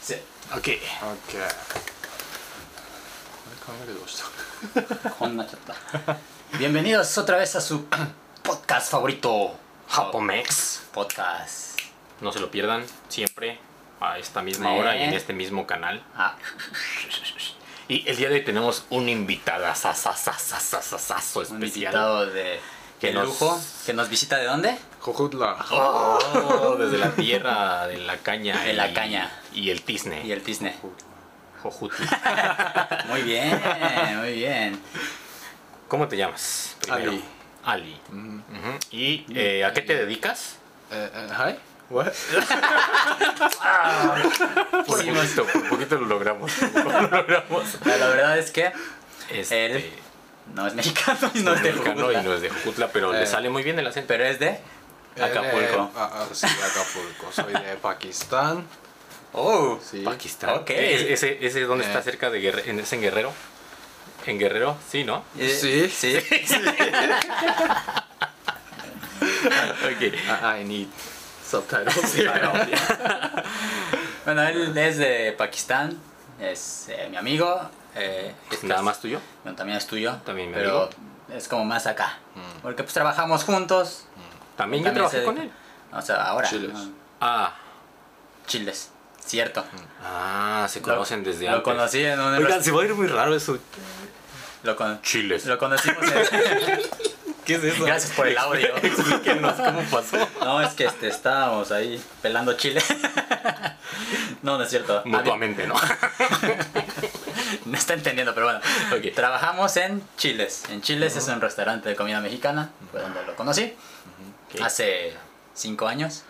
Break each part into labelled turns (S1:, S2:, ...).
S1: せ OK
S2: オッケーあれ考えるどう した
S1: こんなちゃった Bienvenidos otra vez a su podcast favorito
S3: Japomex.
S1: Podcast
S3: No se lo pierdan siempre a esta misma
S1: Eh.
S3: hora y en este mismo canal.
S1: Ah,
S3: Y el día de hoy tenemos un invitada sasasasasasasazo
S1: un
S3: especial.
S1: invitado de
S3: Qué
S1: de
S3: nos-
S1: lujo que nos visita de dónde
S2: Jojutla
S3: Oh, desde la tierra de la caña.
S1: De
S3: y-
S1: la caña.
S3: Y el tizne.
S1: y el Disney
S3: Jojutla.
S1: muy bien muy bien
S3: ¿Cómo te llamas?
S2: Ali.
S3: Ali. Ujú. ¿Y eh, a qué te dedicas?
S1: Eh,
S2: ええはい What?
S3: Por poquito, por poquito lo logramos. Lo logramos.
S1: Pero la verdad es que
S3: Este,
S1: Él no es mexicano y no es de
S3: mexicano y
S1: Jujutla,
S3: no es de Jojutla, pero
S2: Eh.
S3: le sale muy bien el acento.
S1: pero es de Acapulco
S2: Eh, ah, ah, sí, Acapulco soy de Pakistán
S1: oh
S2: sí
S3: Pakistán.
S1: Ok.
S3: Eh, ¿Ese, ese dónde
S2: Eh.
S3: está cerca de Guerrero? ¿En, ¿Es en Guerrero? ¿En Guerrero? Sí, ¿no?
S1: Eh,
S2: Sí.
S1: sí
S3: Ok.
S2: Ah, I, I need subtitles
S1: Claro. bueno, él es de Pakistán, es eh, mi amigo. eh, este
S3: ¿Nada
S1: es-
S3: más tuyo?
S1: no, también es tuyo.
S3: También mi
S1: pero
S3: amigo.
S1: es como más acá. Porque pues trabajamos juntos.
S3: También yo
S1: También
S3: trabajé
S1: se-
S3: con él.
S1: O sea, ahora.
S2: Chiles.
S1: ¿no?
S3: Ah.
S1: Chiles, cierto.
S3: Ah, se conocen desde
S1: Lo
S3: antes.
S1: conocí en un...
S3: Oigan, se va a ir muy raro eso.
S1: Lo, con-
S3: Chiles.
S1: lo conocimos en...
S3: ¿Qué es eso?
S1: Gracias por el audio.
S3: Explíquenos cómo pasó.
S1: No, es que este, estábamos ahí pelando chile. No, no es cierto.
S3: Mutuamente, ¿no?
S1: Me está entendiendo, pero bueno.
S3: Ok.
S1: Trabajamos en Chiles. En Chiles es un restaurante de comida mexicana. Fue donde lo conocí.
S3: Ok.
S1: Hace cinco años.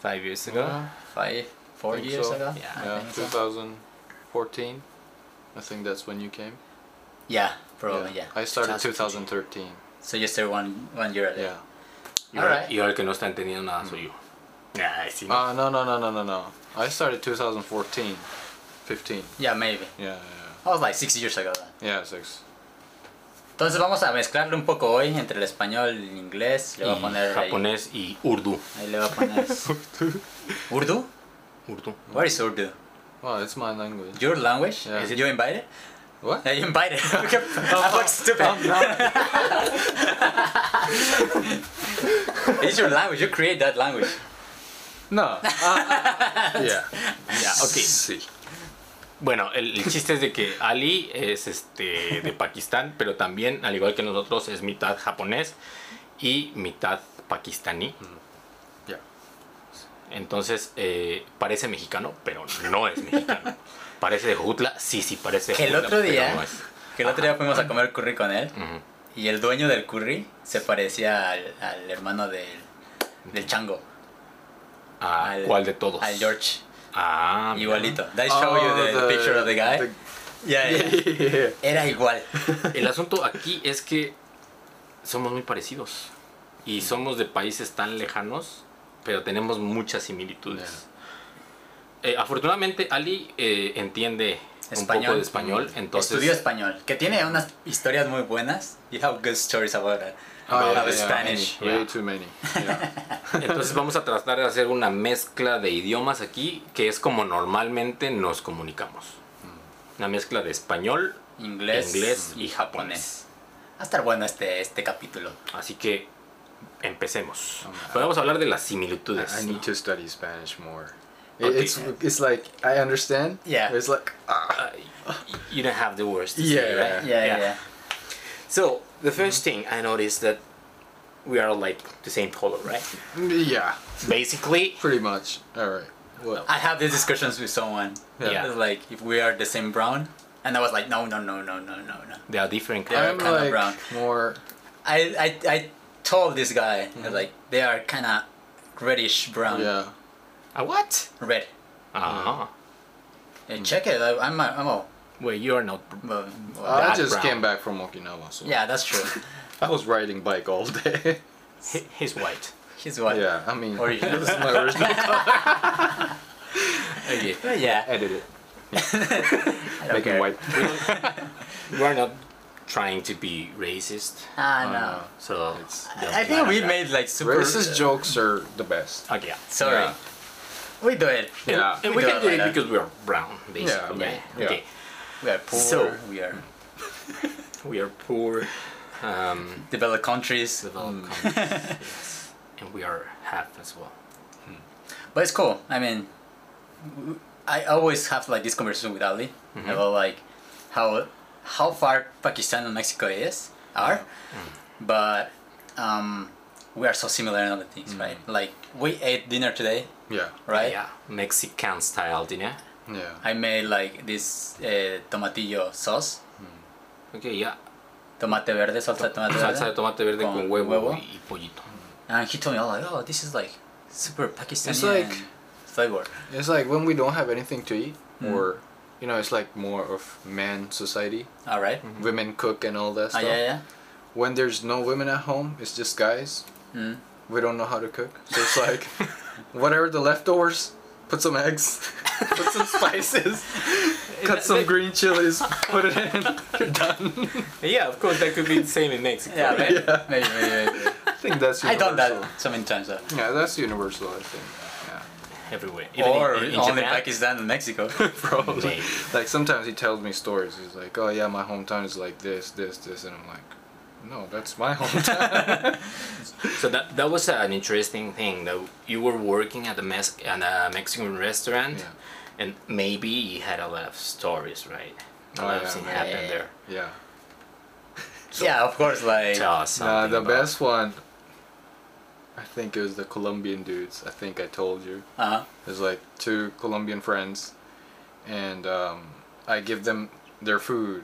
S3: Five years ago.
S1: Five, four
S2: Think
S1: years
S2: so.
S1: ago.
S3: Yeah.
S1: I
S2: Yeah,
S1: think so.
S2: 2014 I think that's when you came
S1: Yeah, probably, yeah.
S2: I started
S3: 2014.
S2: 2013
S1: So you stayed one, one year later.
S2: yeah
S3: Y ahora,
S1: Alright.
S3: y ahora el que no está entendiendo nada soy yo. Ay, sí.
S2: Ah, no, no, no, no, no, no. I started 2014, 15.
S1: Yeah, maybe.
S2: Yeah, yeah,
S1: I was like six years ago. then.
S2: yeah. Yeah, six.
S1: Entonces vamos a mezclarlo un poco hoy entre el español y el inglés. Le voy a
S3: Y
S1: poner ahí-
S3: japonés y urdu.
S1: Ahí, le voy a poner. Urdu?
S3: Urdu.
S1: What is Urdu?
S2: Well, it's my language.
S1: Your language?
S2: Yeah.
S1: Is it you Eh, invited?
S2: What?
S1: Yeah, you invited. I
S3: Oh,
S1: fuck stupid. it's your language. You create that language.
S2: No. Ah, yeah.
S3: Ya, ok.
S2: Sí.
S3: Bueno, el, el chiste es de que Ali es este de Pakistán, pero también, al igual que nosotros, es mitad japonés y mitad pakistaní.
S2: Yeah.
S3: Entonces, eh, parece mexicano, pero no es mexicano. Parece de Jutla, sí, sí, parece de
S1: Que el
S3: Jojutla,
S1: otro
S3: pero
S1: día-
S3: no es.
S1: Que el otro día fuimos a comer curry con él
S3: Ujú.
S1: y el dueño del curry se parecía al, al hermano del, del chango,
S3: Ah,
S1: Al-
S3: ¿Cuál de todos?
S1: al George,
S3: Ah, mira.
S1: igualito. Did I show you Oh, the, picture of the guy? yeah, yeah.
S2: Oh, yeah.
S1: Era igual.
S3: El asunto aquí es que somos muy parecidos y somos de países tan lejanos, pero tenemos muchas similitudes. Eh, afortunadamente, Ali eh, entiende un
S1: Español. Mm.
S3: poco de español, entonces
S1: Estudió español, que tiene unas historias muy buenas. You have good stories about it.
S2: Oh, yeah,
S1: about
S2: yeah,
S1: Spanish.
S2: Many, Way
S3: Yeah.
S2: too many. Yeah.
S3: Entonces vamos a tratar de hacer una mezcla de idiomas aquí, que es como normalmente nos comunicamos. Una mezcla de español,
S1: Mm. Inglés,
S3: Inglés
S1: y
S3: y
S1: japonés. Va a estar bueno este, este capítulo.
S3: así que empecemos. Podemos hablar de las similitudes.
S2: I
S3: ¿no?
S2: need to study Spanish more. It,
S3: Okay.
S2: It's it's like I understand.
S1: Yeah.
S2: but It's like ah.
S3: Uh, you don't have the words. to say,
S2: Yeah.
S3: right?
S1: Yeah, yeah, yeah.
S3: So the 1st thing I noticed that we are like the same color, right?
S2: mm, Yeah.
S3: Basically,
S2: Pretty much. All right. What?
S1: I have these discussions with someone.
S2: Yeah.
S1: It's like if we are the same brown, and I was like, no, no, no, no, no, no, no.
S3: they are different
S1: They are
S2: I'm
S1: kinda
S2: like
S1: brown.
S2: more.
S1: I I, I told this guy I was like they are kind of reddish brown,
S2: Mm-hmm. Yeah.
S3: A Uh, what?
S1: red.
S3: Ah,
S2: Mm-hmm.
S1: And check it. I, I'm a, I'm a,
S3: well, you are not.
S1: well, well,
S2: I
S3: Dark
S2: just
S3: brown.
S2: came back from Okinawa, so
S1: yeah, that's true.
S2: I was riding bike all day.
S3: He, he's white.
S1: He's what?
S2: Oh, yeah, I mean,
S1: Original.
S2: this is my original
S3: Okay.
S1: But yeah.
S2: edit it.
S1: I don't
S2: Make
S1: care.
S2: it white.
S3: we are not trying to be racist,
S1: Ah no.
S2: Uh,
S3: so
S2: It's-
S3: don't
S1: I think
S3: worry
S1: we
S3: about
S1: made like super.
S2: Racist jokes are the best.
S3: that. Okay. yeah.
S1: Sorry.
S2: Yeah.
S1: We do it.
S2: Yeah.
S3: And
S1: We
S3: we can
S1: don't
S3: do it
S1: like that.
S3: because we are brown,
S2: Yeah,
S3: basically.
S2: we- yeah.
S3: Okay.
S1: We are poor.
S3: So-
S1: we are
S3: We are poor, um,
S1: developed countries.
S3: developed countries, yes. and we are half as well.
S1: But it's cool. I mean, w- I always have like this conversation with Ali
S3: Mm-hmm.
S1: about like how how far Pakistan and Mexico is are,
S3: Mm.
S1: but um, we are so similar in other things, right? Like we ate dinner today,
S2: Yeah.
S1: right?
S3: Mm. Yeah, Mexican style dinner.
S2: Yeah.
S1: I made like this uh, tomatillo sauce,
S3: Okay, yeah.
S1: tomate verde, salsa de tomate
S3: Salsa de
S1: verde,
S3: tomate verde con,
S1: Con
S3: huevo,
S1: huevo.
S3: y pollito.
S1: and he told me, "Oh, like, oh, this is like super Pakistani
S2: like-
S1: flavor."
S2: It's like when we don't have anything to eat, or you know, it's like more of man society.
S1: All right.
S2: Women cook and all that
S1: Ah,
S2: stuff.
S1: yeah, yeah.
S2: When there's no women at home, it's just guys.
S1: Mm.
S2: We don't know how to cook, so it's like whatever the leftovers. Put some eggs, put some spices, cut some green chilies, put it in. You're done.
S3: Yeah, of course, that could be the same in Mexico.
S1: Yeah,
S3: right?
S1: maybe, maybe, maybe, maybe.
S2: I think that's.
S1: I done
S2: Universal.
S1: that so many times. Though.
S2: Yeah, that's universal. I think.
S3: everywhere.
S1: or only Pakistan and Mexico.
S2: Yeah. Probably.
S3: Maybe.
S2: Like sometimes he tells me stories. He's like, "Oh yeah, my hometown is like this, this, this," and I'm like, "No, that's my hometown."
S3: So that that was an interesting thing that you were working at a, mes- at a Mexican restaurant,
S2: Yeah.
S3: and maybe you had a lot of stories, right? A
S2: Oh,
S3: lot of
S2: yeah,
S3: things
S2: man.
S3: happened there.
S2: yeah.
S1: yeah, of course. Like
S3: Tell us
S2: Nah,
S3: something
S2: the
S3: about-
S2: best one. I think it was the Colombian dudes. I think I told you.
S1: uh,
S2: There's like two Colombian friends, and um, I give them their food,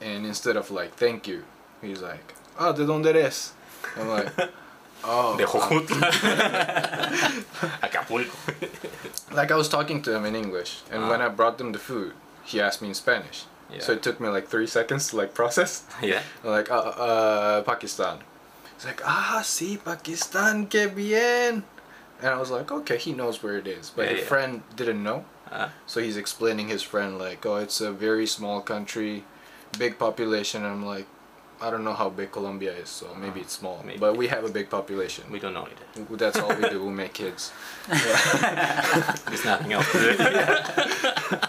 S2: and instead of like thank you, he's like, "Oh, de donde eres?" I'm like, "Oh,
S3: De Jojutla. Acapulco.
S2: like I was talking to him in English, and when I brought them the food, he asked me in Spanish. So
S3: Ah. Yeah.
S2: it took me like three seconds to like process.
S3: Yeah.
S2: I'm like, uh, uh, Pakistan. He's like, ah, sí, Pakistan, que bien. And I was like, okay, he knows where it is, but
S3: Yeah,
S2: his
S3: yeah.
S2: friend didn't know.
S3: Uh,
S2: So he's explaining his friend like, oh, it's a very small country, big population. I'm like, I don't know how big Colombia is, so maybe it's small,
S3: Uh-huh. Maybe.
S2: but we have a big population.
S3: we don't know it.
S2: That's all we do. We make kids.
S3: There's nothing else. to do.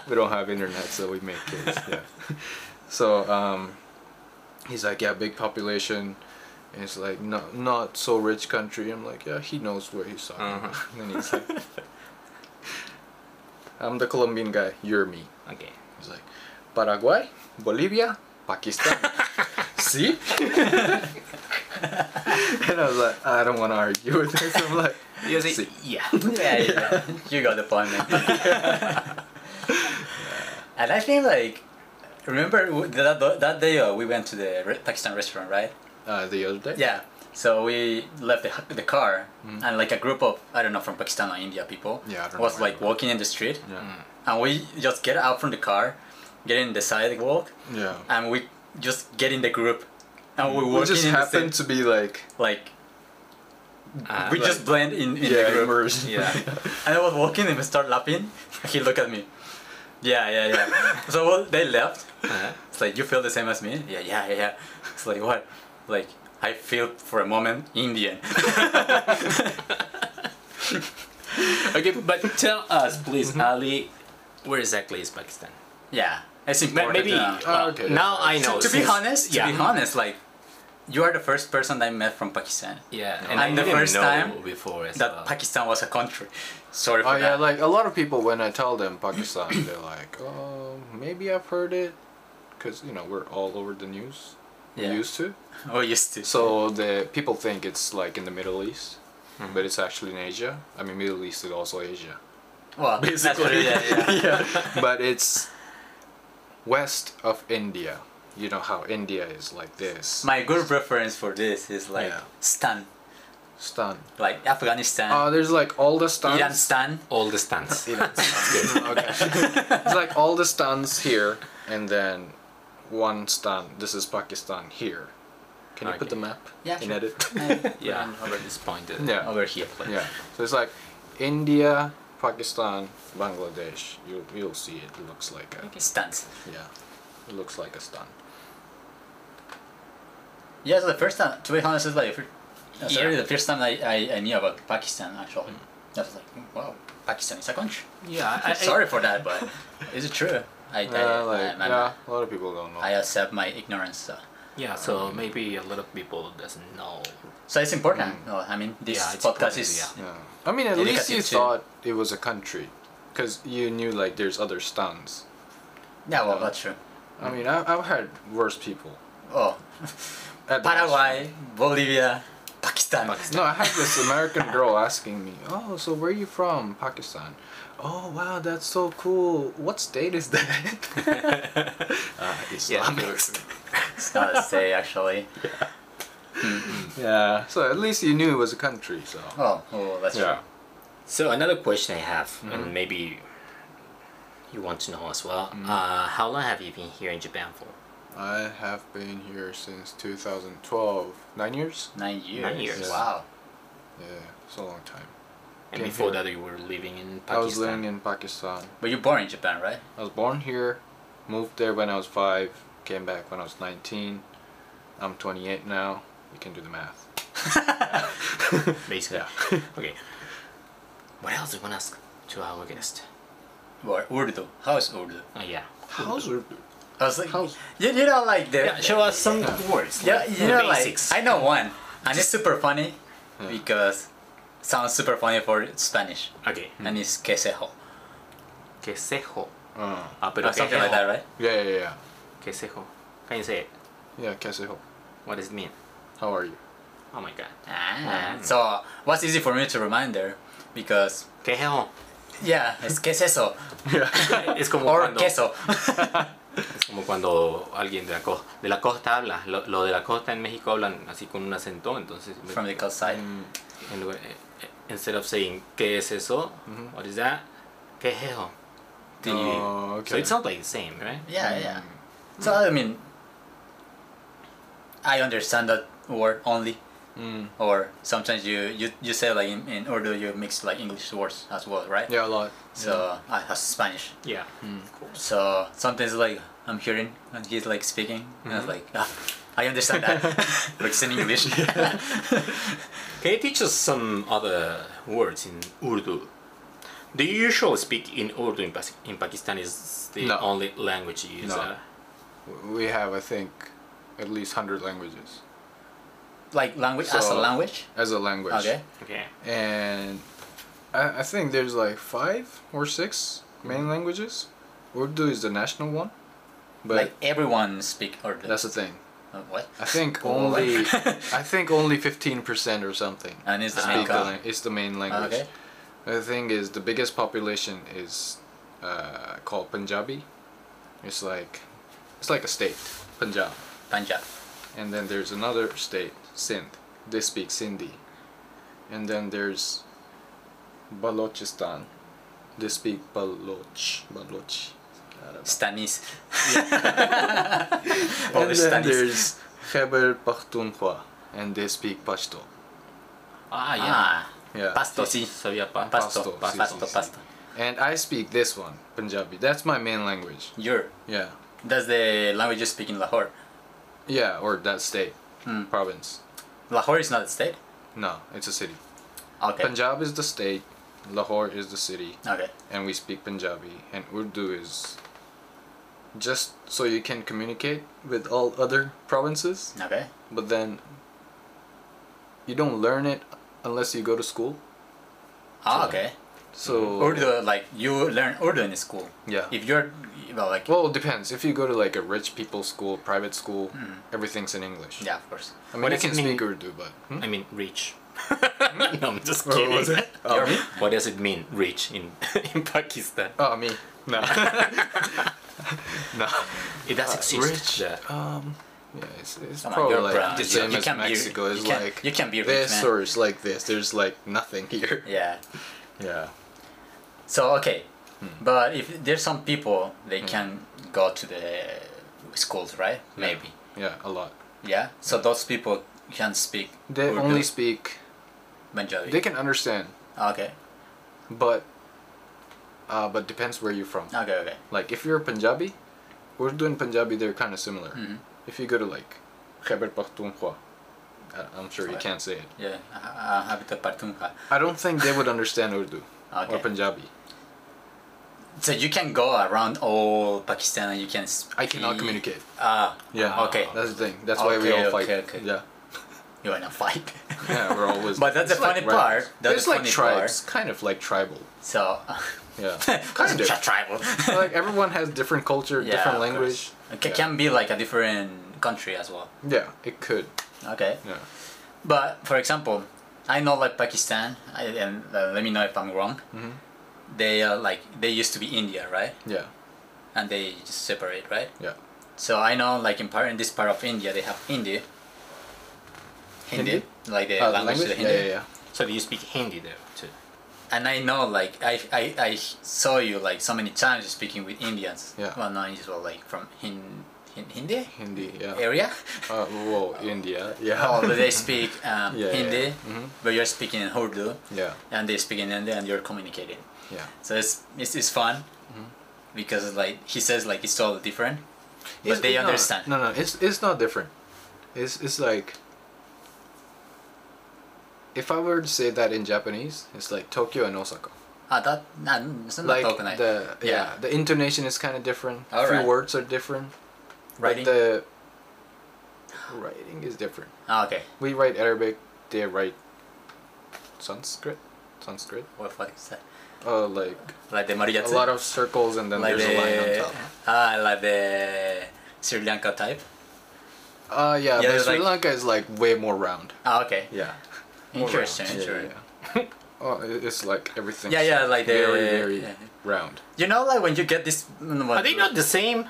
S2: we don't have internet, so we make kids. Yeah. so um, he's like, yeah, big population. And it's like no, not so rich country. I'm like, yeah, he knows where he's talking. about."
S1: Uh-huh.
S2: And then he's like, I'm the Colombian guy. You're me.
S3: okay.
S2: He's like, Paraguay, Bolivia, Pakistan. See? and I was like, I don't want to argue with this. I'm like,
S3: You say,
S2: See.
S3: yeah.
S1: yeah, yeah. you got the point. Man. and I think like, remember w- that that day uh, we went to the re- Pakistan restaurant, right?
S2: uh, the other day.
S1: Yeah. So we left the, the car, and like a group of I don't know from Pakistan or India people
S2: Yeah, I don't
S1: was
S2: know
S1: like Mm.
S2: either.
S1: walking in the street,
S2: Yeah.
S1: and we just get out from the car, get in the sidewalk,
S2: Yeah.
S1: and we just get in the group, and we
S2: We
S1: walking
S2: just
S1: in the
S2: happened
S1: same,
S2: to be like
S1: like
S3: Uh,
S1: we just blend in, in the
S2: yeah,
S1: group.
S2: immersion.
S3: yeah.
S1: And I was walking and we start laughing. He looked at me. Yeah, yeah, yeah. so well, they left.
S3: Uh,
S1: It's like, you feel the same as me? Yeah, yeah, yeah, yeah. It's like, what? Like, I feel for a moment Indian.
S3: okay, but tell us, please,
S1: Mm-hmm.
S3: Ali, where exactly is Pakistan?
S1: yeah. It's
S3: Ma-
S1: important.
S3: Maybe
S1: to know.
S3: well,
S2: okay.
S3: now I
S1: To-
S3: know.
S1: Ah, to be
S3: since-
S1: honest,
S3: yeah,
S1: to be honest, like, you are the first person I met from Pakistan.
S3: yeah,
S1: And the
S3: didn't
S1: first
S3: know
S1: time
S3: before as
S1: That
S3: well.
S1: Pakistan was a country. Sorry for
S2: Oh yeah,
S1: that.
S2: like a lot of people when I tell them Pakistan, they're like, "Oh, maybe I've heard it," because you know we're all over the news. we
S1: Yeah.
S2: used to.
S1: oh, used to.
S2: So the people think it's like in the Middle East,
S1: Mm-hmm.
S2: but it's actually in Asia. I mean, Middle East is also Asia,
S1: well, that's what
S2: basically.
S1: it is, yeah, yeah.
S2: but it's west of India. You know how India is like this.
S1: My good reference for this is like
S2: Yeah.
S1: Stan,
S2: Stan.
S1: like Afghanistan,
S2: Oh, there's like all the stans.
S1: Iran Uh, Stan.
S3: all the stands.
S2: You know, it's okay. It's like all the stands here, and then one stand. This is Pakistan here. Can you put the
S3: Okay.
S2: map
S1: Yeah,
S2: in
S1: sure.
S2: edit?
S3: yeah, over this point. uh,
S2: Yeah.
S1: over here.
S2: Yeah. So it's like India, Pakistan, Bangladesh. You you'll see it. It looks like a
S1: Stands.
S2: yeah. It looks like a stand.
S1: Yeah, so the first time, to be honest, it's like, fir- uh, sorry,
S3: Yeah.
S1: the first time I, I, I knew about Pakistan actually. I was like, wow, Pakistan is a country.
S3: Yeah, I, I,
S1: Sorry for that, but is it true? I, I,
S2: Yeah, like,
S1: I, I,
S2: yeah, a lot of people don't know.
S1: I uh, accept my ignorance. So,
S3: Yeah, so maybe a lot of people doesn't know.
S1: so it's important. No, I mean, this
S3: Yeah, it's
S1: podcast
S3: important,
S1: is.
S3: yeah.
S2: Yeah. I mean, at
S1: Yeah, they
S2: least
S1: cut
S2: you
S1: it too.
S2: thought it was a country, because you knew like there's other stands.
S1: Yeah, well, that's true.
S2: I mean, I, I've had worse people.
S1: Oh,
S2: At the
S1: Paraguay, Bolivia, Pakistan.
S2: restaurant. No, I had this American girl asking me, "Oh, so where are you from? Pakistan? Oh, wow, that's so cool. What state is that?" uh, Islamic. state.
S1: It's not a say, actually.
S2: Yeah. So at least you knew it was a country. So.
S1: Oh, oh that's
S2: Yeah.
S3: So another question I have,
S2: Mm-hmm.
S3: and maybe you want to know as well. Uh, how long have you been here in Japan for?
S2: I have been here since 2012. Nine years?
S1: true. Nine years.
S3: years.
S1: Wow.
S2: Yeah, it's a long time.
S3: And
S2: Came
S3: before
S2: here.
S3: that, you were living in Pakistan.
S2: I was living in Pakistan.
S1: But you're born in Japan, right?
S2: I was born here, moved there when I was five, came back when I was 19. I'm 28 now. You can do the math.
S3: basically. okay. What else do you want to ask to our guest?
S1: Or Urdu. How is Urdu?
S3: Oh yeah.
S2: How's it?
S1: I was like,
S2: How's-
S1: you, you know, like the.
S3: Yeah, show us some words.
S1: Yeah,
S3: like
S1: you know,
S3: basics. Hmm.
S1: like I know one, and it's super funny because sounds super funny for Spanish,
S3: okay.
S1: and it's quesejo
S3: Que sejo.
S2: Uh,
S3: Ah, pero
S1: or something like that, right?
S2: yeah, yeah, yeah.
S3: Que sejo. Can you say it?
S2: Yeah, Keseho.
S3: What does it mean?
S2: How are you?
S3: Oh my god.
S1: Ah, so what's easy for me to remind her because
S3: Que sejo.
S1: yeah, it's que es eso
S3: es como
S1: or
S3: cuando
S1: queso.
S3: es como cuando alguien de la costa de la costa habla lo, lo de la costa en México hablan así con un acento entonces me-
S1: From the coast side,
S3: en lugar- eh, eh, instead of saying qué es eso
S1: Mm-hmm.
S3: what is that qué es eso Do you-
S2: Oh,
S3: so
S2: okay.
S3: it sounds like the same right
S1: yeah,
S2: Mm.
S1: yeah. So I mean, I understand that word only,
S2: Mm.
S1: or sometimes you you, you say like in, in Urdu you mix like English words as well, right?
S2: Mm. Yeah, a lot.
S1: So uh, as Spanish.
S3: yeah
S1: Mm. So sometimes like I'm hearing and he's like speaking and I
S2: Mm-hmm.
S1: was like ah, I understand that but it's in English.
S3: Can you teach us some other words in Urdu? Do you usually speak in Urdu in, Pas- in Pakistan? Is the
S2: No.
S3: only language you use?
S2: No.
S3: uh,
S2: W- We have, I think, at least 100 languages
S1: Like language as a
S2: So-
S1: language.
S2: as a language.
S1: Okay.
S3: Okay.
S2: and I, I think there's like five or six
S1: Mm.
S2: main languages. Urdu is the national one, but
S1: like everyone speak Urdu.
S2: that's the thing.
S1: Uh, what?
S2: I think
S1: Oh, what?
S2: only I think only fifteen percent or something.
S1: And it's the
S2: speak
S1: main
S2: the,
S1: color.
S2: lang- it's the main language.
S1: Ah, Okay.
S2: The thing is, the biggest population is uh, called Punjabi. It's like it's like a state, Punjab,
S1: Punjab.
S2: and then there's another state, Sindh. They speak Sindhi, and then there's Balochistan. They speak Baloch, Baloch.
S1: Stanis.
S2: and
S1: the
S2: then
S1: Stanis.
S2: there's Khyber Pakhtunkhwa, and they speak Pashto.
S3: Ah, yeah.
S1: Ah.
S2: Yeah.
S1: Pasto, sí.
S3: Sabía pa-
S1: Pasto,
S2: Pasto, sí,
S1: pasto,
S2: sí, sí.
S1: pasto.
S2: And I speak this one, Punjabi. That's my main language.
S1: Your.
S2: Yeah.
S1: That's the language you speak in Lahore.
S2: Yeah, or that state,
S3: Hmm.
S2: province.
S1: Lahore is not a state.
S2: No, it's a city.
S1: Okay.
S2: Punjab is the state, Lahore is the city,
S1: Okay.
S2: and we speak Punjabi, and Urdu is just so you can communicate with all other provinces,
S1: Okay.
S2: but then you don't learn it unless you go to school.
S1: Ah, okay.
S3: Mm-hmm.
S2: So
S1: Urdu, like you learn Urdu in school.
S2: Yeah.
S1: If you're, well, like
S2: Well, it depends. If you go to like a rich people school, private school, everything's in English.
S1: yeah, of course.
S2: I mean,
S3: Hmm. What
S2: you
S3: does it
S2: can speak
S3: mean?
S2: Urdu, but hmm?
S3: I mean, rich. no, I'm just kidding. What, Oh, does it mean, rich, in, in Pakistan?
S2: oh me, no, no.
S3: It does
S2: rich.
S3: exist. yeah.
S2: Um, yeah, it's, it's
S1: Come on,
S2: probably
S1: you're
S2: like
S1: brown.
S2: the
S1: You-
S2: same
S1: you
S2: as
S1: can't be-
S2: Mexico.
S1: you
S2: it's
S1: can't-
S2: like
S1: you can't be rich,
S2: this
S1: man.
S2: or it's like this. There's like nothing here.
S1: Yeah.
S2: Yeah.
S1: So okay,
S2: Hmm.
S1: but if there's some people they can go to the schools, right? Maybe.
S2: Yeah, a lot.
S1: Yeah. So those people can speak.
S2: They
S1: Urdu,
S2: only speak.
S1: Punjabi.
S2: They can understand,
S1: Okay.
S2: but uh, but depends where you're from.
S1: Okay. Okay.
S2: Like if you're a Punjabi,
S1: Mm-hmm.
S2: Urdu and Punjabi they're kind of similar. If you go to like Khyber Pakhtunkhwa, I- I'm sure you can't say it.
S1: Yeah, Ah, a hábito para nunca.
S2: I don't think they would understand Urdu or
S1: Okay.
S2: Punjabi.
S1: So you can go around all Pakistan and you can. Speak.
S2: I cannot communicate.
S1: Ah,
S2: Yeah.
S1: okay.
S2: That's the thing. That's why we
S1: Okay,
S2: all fight.
S1: okay, okay.
S2: Yeah.
S1: you wanna fight?
S2: Yeah, we're always.
S1: But that's
S2: it's
S1: the funny part.
S2: rivals.
S1: That's
S2: it's
S1: the
S2: like
S1: funny
S2: tribes, kind of like tribal.
S1: so.
S2: Yeah. kind
S1: Tri-
S2: of.
S1: tribal.
S2: like everyone has different culture,
S1: Yeah,
S2: different
S1: of
S2: language.
S1: It ca-
S2: Yeah.
S1: can be like a different country as well.
S2: Yeah, it could.
S1: Okay.
S2: Yeah.
S1: But for example, I know like Pakistan, I, and uh, let me know if I'm wrong.
S2: Mhm.
S1: They are like they used to be India, right?
S2: Yeah.
S1: And they just separate, right?
S2: Yeah.
S1: So I know like in part in this part of India they have Hindi. Hindi,
S2: Hindi?
S1: like the
S2: Uh, the
S1: language, of the
S2: Yeah,
S1: Hindi.
S2: yeah, yeah.
S3: So do you speak Hindi there too?
S1: And I know like I, I I saw you like so many times speaking with Indians.
S2: Yeah.
S1: Well, not Indians, well like from Hin, Hin Hindi
S2: Hindi. Yeah.
S1: area.
S2: Uh, whoa, India. Yeah.
S1: Oh, they speak um,
S2: Yeah, yeah,
S1: Hindi,
S2: yeah. Mhm.
S1: but you're speaking in Urdu,
S2: Yeah.
S1: and they speak in Hindi, and you're communicating.
S2: Yeah.
S1: So it's it's, it's fun
S2: Mm-hmm.
S1: because like he says like it's all different, but
S2: It's-
S1: they
S2: no,
S1: understand.
S2: No, no, it's it's not different. It's it's like if I were to say that in Japanese, it's like Tokyo and Osaka.
S1: Ah, that nah, it's not
S2: Like
S1: tokenized.
S2: the yeah,
S1: Yeah.
S2: the intonation is kind of different.
S1: All
S2: Few
S1: right.
S2: words are different.
S1: Writing?
S2: But the writing is different.
S1: Ah, okay.
S2: We write Arabic. They write Sanskrit. Sanskrit.
S1: What what is that?
S2: Uh, like
S1: Like the Maria.
S2: a lot of circles and then
S1: like
S2: there's a
S1: the
S2: line on top.
S1: ah like the Sri Lanka type.
S2: Uh, yeah,
S1: Yeah,
S2: but Sri
S1: like-
S2: Lanka is like way more round.
S1: Ah, okay.
S2: Yeah.
S3: More
S1: Interesting.
S2: Yeah,
S1: interesting.
S2: yeah, yeah. oh, it- it's like everything.
S1: Yeah, yeah, like the-
S2: very, very
S1: yeah.
S2: round.
S1: You know, like when you get this. mm, What,
S3: Are they not the same?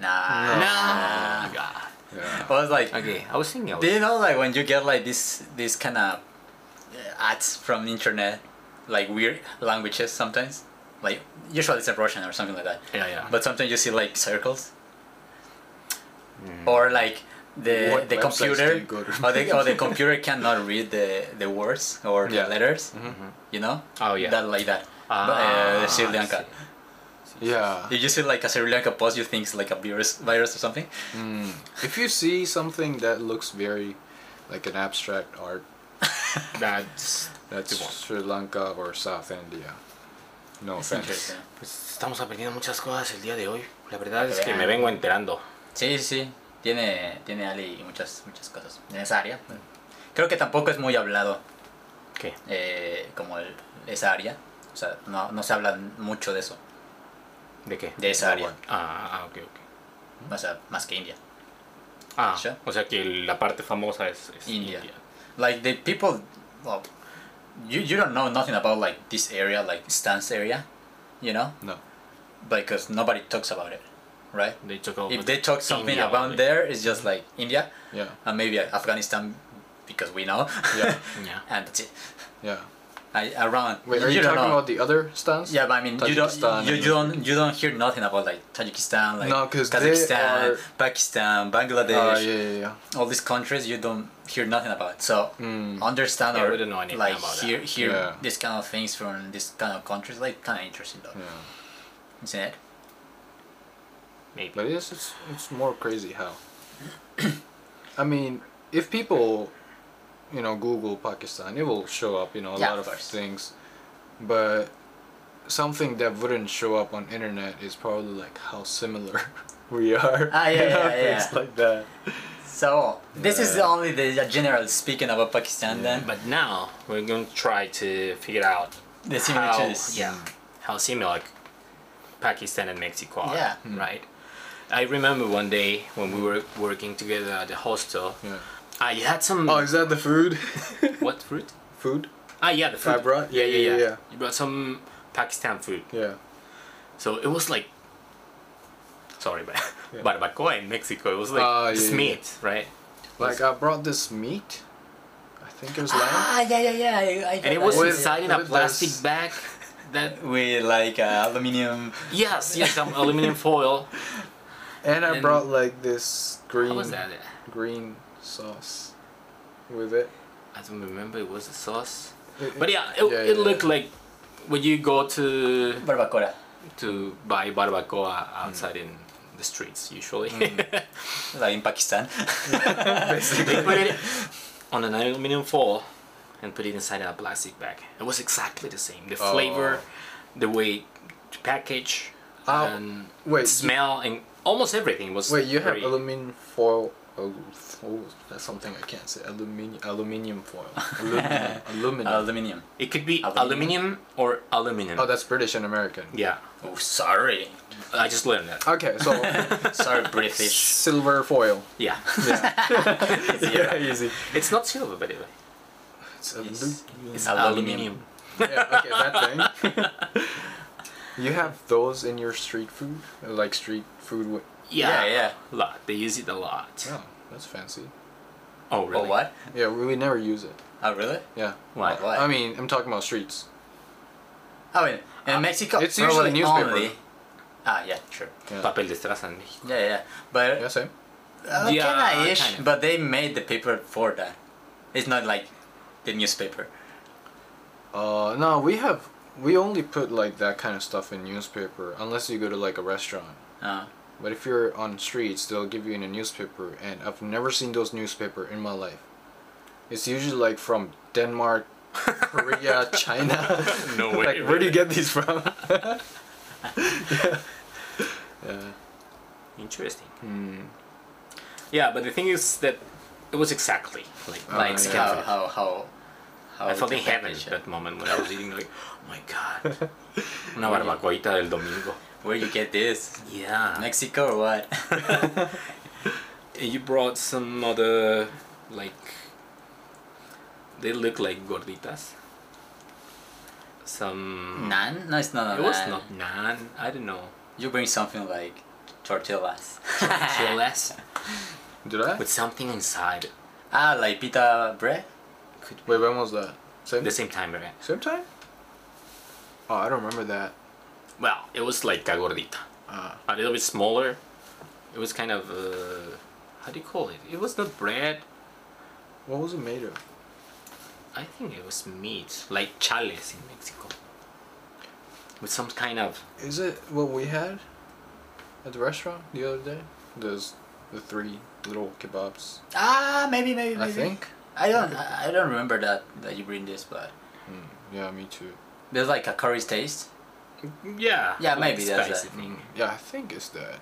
S1: Nah.
S3: Nah. God.
S1: I was like,
S3: Okay, I was thinking. I was
S1: do you know like when you get like this this kind of ads from internet, like weird languages sometimes, like usually it's a Russian or something like that.
S3: Yeah, yeah.
S1: But sometimes you see like circles,
S3: Mm.
S1: or like the
S2: What
S1: the
S2: websites do
S1: computer Oh,
S2: you go to?
S1: or the, or the computer cannot read the the words
S2: Yeah.
S1: or
S2: Mm-hmm.
S1: the letters. You know.
S3: Oh, yeah.
S1: That like that.
S3: Ah,
S1: But, uh,
S3: I
S1: Sri Lanka.
S2: Yeah.
S1: You just see like a Sri Lanka post, you think it's like a virus, virus or something.
S2: Mm. If you see something that looks very like an abstract art,
S3: see. That's.
S2: that's
S3: You won't.
S2: Sri Lanka or South India.
S3: Oh,
S2: No
S1: It's
S2: offense.
S1: interesting.
S3: Pues estamos aprendiendo muchas cosas el día de hoy. La verdad es que
S1: vean.
S3: me vengo enterando.
S1: Sí, sí, tiene, tiene Ali muchas, muchas cosas en esa área. Creo que tampoco es muy hablado
S3: ¿Qué?
S1: eh, como el- esa área. O sea, no, no se habla mucho de eso,
S3: ¿De qué?
S1: de esa área.
S3: Ah, ah, ok, ok.
S1: O sea, más que India.
S3: Ah,
S1: Sure.
S3: o sea que la parte famosa es, es
S1: India.
S3: India.
S1: Like the people, well, you, you don't know nothing about like this area, like Stan's area, you know?
S2: No.
S1: Because nobody talks about it, right?
S3: They took over
S1: If they talk something
S3: Oh, India
S1: about
S3: only.
S1: there, it's just like India
S2: Yeah.
S1: and Uh, maybe Afghanistan because we know.
S2: Yeah.
S3: Yeah.
S1: and that's it.
S2: Yeah.
S1: I, around.
S2: Wait, are you,
S1: don't
S2: talking
S1: know.
S2: about the other stance?
S1: Yeah, but I mean, you
S2: Tajikistan
S1: don't, you,
S2: and-
S1: you don't, you don't hear nothing about like Tajikistan, like
S2: No, 'cause they
S1: Kazakhstan,
S2: are-
S1: Pakistan, Bangladesh,
S2: Uh, yeah, yeah, yeah.
S1: all these countries. You don't hear nothing about. So
S2: Mm.
S1: understand
S3: Yeah,
S1: or
S3: we don't know anything
S1: like
S3: about
S1: hear
S3: that.
S1: hear
S2: Yeah.
S1: these kind of things from these kind of countries. Like kind of interesting though,
S2: Yeah. Mm.
S1: isn't it?
S3: Maybe.
S2: But it's, it's it's more crazy how. I mean, if people, you know, Google Pakistan, it will show up, you know, a
S1: Yeah,
S2: lot
S1: of
S2: of
S1: course.
S2: things. But something that wouldn't show up on internet is probably like how similar we are.
S1: Ah, yeah,
S2: you know,
S1: yeah, yeah.
S2: Things like that.
S1: So this is
S2: Yeah.
S1: only the general speaking about Pakistan. Then
S3: But now we're going to try to figure out
S1: the
S3: how,
S1: similarities.
S3: yeah, how similar Pakistan and Mexico are.
S1: Yeah. Mm.
S3: Right. I remember one day when we were working together at the hostel.
S2: Yeah.
S3: I had some
S2: Oh, is that the food?
S3: what fruit?
S2: food?
S3: Ah, yeah, the
S2: I
S3: fruit.
S2: brought-
S3: Yeah, yeah,
S2: yeah,
S3: yeah.
S2: yeah, yeah.
S3: You brought some Pakistan food.
S2: Yeah.
S3: So it was like, sorry, but
S2: Yeah.
S3: barbacoa in Mexico. It was like
S2: Ah, yeah,
S3: this
S2: yeah.
S3: meat, right?
S2: Like I brought this meat. I think it was lamb.
S1: Ah, yeah, yeah, yeah. I, I
S3: And it
S1: got
S3: was
S1: that.
S2: With-
S3: inside in a
S2: with
S3: plastic
S2: this-
S3: bag. That
S1: with like uh, aluminium.
S3: yes, yes, some aluminum foil.
S2: And I
S3: And-
S2: brought like this green
S3: What was that?
S2: green sauce with it.
S3: I don't remember. It was a sauce.
S2: It-
S3: But yeah, it,
S2: Yeah,
S3: it
S2: yeah,
S3: looked
S2: yeah.
S3: like when you go to
S1: Barbacora.
S3: to buy barbacoa outside in the streets usually.
S2: Mm.
S1: like in Pakistan.
S3: they put it on an aluminum foil and put it inside a plastic bag. It was exactly the same. The flavor, the way to package,
S2: Oh,
S1: Uh,
S3: and
S2: wait,
S3: smell, and almost everything was.
S2: Wait, you have
S3: very-
S2: aluminum foil. Oh, foil. That's something I can't say. Aluminium, aluminium foil. Aluminium. aluminium.
S1: Aluminium.
S3: It could be
S1: Aluminum.
S3: aluminum, or aluminum.
S2: oh, that's British and American.
S3: yeah,
S1: Oh, sorry.
S3: I just learned that.
S2: Okay, so
S1: Sorry, British.
S2: silver foil.
S3: Yeah,
S2: Yeah,
S1: Yeah.
S2: easy.
S3: it's not silver, by the way.
S2: It's
S1: It's
S2: alu-
S3: It's
S1: Aluminum.
S3: aluminum.
S2: yeah, okay, that thing. you have those in your street food, like street food. With-
S3: Yeah,
S1: Yeah, yeah.
S3: Lot. They use it a lot.
S2: oh, that's fancy.
S3: Oh,
S1: Oh,
S3: really?
S1: what?
S2: Yeah, we, we never use it.
S1: Oh, really?
S2: Yeah.
S3: Why?
S1: Why?
S2: I mean, I'm talking about streets.
S1: Oh, in, in Mexico,
S2: It's usually
S1: probably
S2: newspaper.
S1: Only, ah, yeah, sure.
S2: Yeah.
S3: Papel de estraza in México.
S1: Yeah, yeah. But
S2: Yeah, same.
S1: Uh,
S3: Yeah,
S1: kinda ish,
S3: kinda.
S1: but they made the paper for that. It's not like the newspaper.
S2: Uh, no, we have. We only put like that kind of stuff in newspaper unless you go to like a restaurant.
S1: Uh,
S2: But if you're on streets, they'll give you in a newspaper, and I've never seen those newspaper in my life. It's usually like from Denmark, Korea, China.
S3: No way.
S2: like, where do you get these from? yeah. yeah.
S3: Interesting.
S2: Hmm.
S3: Yeah, but the thing is that it was exactly like
S2: Oh, yeah.
S3: like
S1: how,
S3: Mexican food.
S1: how, how, how
S3: I felt
S1: to
S3: in heaven at
S1: package it.
S3: that moment when I was eating like, oh my god, una barbacoita del domingo.
S1: Where you get this?
S3: Yeah.
S1: Mexico or what?
S3: you brought some other like they look like gorditas. Some
S1: Naan? No, it's not.
S3: It
S1: a
S3: was
S1: naan.
S3: not naan. I don't know.
S1: You bring something like tortillas.
S3: Chiles
S2: Did I?
S3: with something inside.
S1: ah, like pita bread.
S2: Wait, when was that? Same.
S3: The same time, right?
S2: Same time? Oh, I don't remember that.
S3: Well, it was like a gordita.
S2: Uh,
S3: a little bit smaller. It was kind of uh, how do you call it? It was not bread.
S2: what was it made of?
S3: I think it was meat, like chales in Mexico, with some kind of
S2: Is it what we had at the restaurant the other day? Those the three little kebabs.
S1: Ah, maybe, maybe,
S2: I
S1: maybe.
S2: think.
S1: I don't. I I don't remember that that you bring this, but
S2: Mm, yeah, me too.
S1: there's like a curry taste.
S3: yeah,
S1: Yeah,
S3: like
S1: maybe that's
S3: spicy
S1: it.
S3: thing.
S2: Yeah, I think it's that.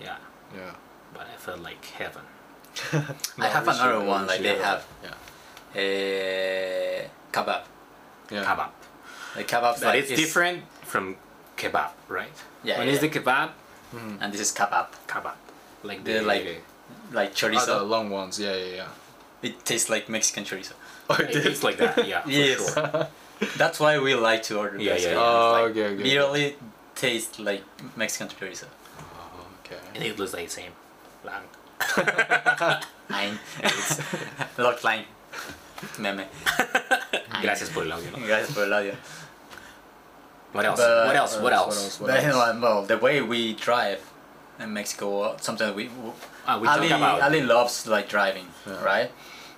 S3: Yeah,
S2: Yeah.
S3: but I felt like heaven.
S1: I have
S2: we should-
S1: another
S2: we
S1: one, like
S2: should
S1: they
S2: have-
S1: Eh, kebab.
S2: Yeah. Yeah.
S3: Kebab,
S1: The kebab.
S3: but it's different from kebab, right?
S1: Yeah,
S3: When
S1: yeah,
S3: it's the kebab,
S1: And this is kebab,
S3: kebab, like
S1: They're
S3: the
S1: like- like
S2: Oh, the
S1: chorizo.
S2: long ones. Yeah, yeah, yeah.
S1: It tastes like Mexican chorizo.
S2: Oh, it
S3: it
S2: did.
S3: tastes like that. Yeah, for
S1: Yes.
S3: sure.
S1: That's why we like to order.
S3: Yeah, yeah,
S1: Mexican.
S3: yeah.
S1: It's
S2: Oh,
S1: like
S2: okay, okay.
S1: Literally tastes like Mexican chorizo.
S2: Oh,
S3: And
S2: okay.
S3: it was like same, lang.
S1: Ein. It's Lord Line. Meme.
S3: Gracias por el audio. ¿no?
S1: Gracias por el audio.
S3: What else?
S1: But- uh,
S3: what else? What
S2: what
S3: else?
S2: else?
S1: But anyway, well, the way we drive in Mexico, sometimes we. we
S3: Ah, we
S1: Ali,
S3: talk about
S1: Ali loves like driving,
S2: Yeah.
S1: right?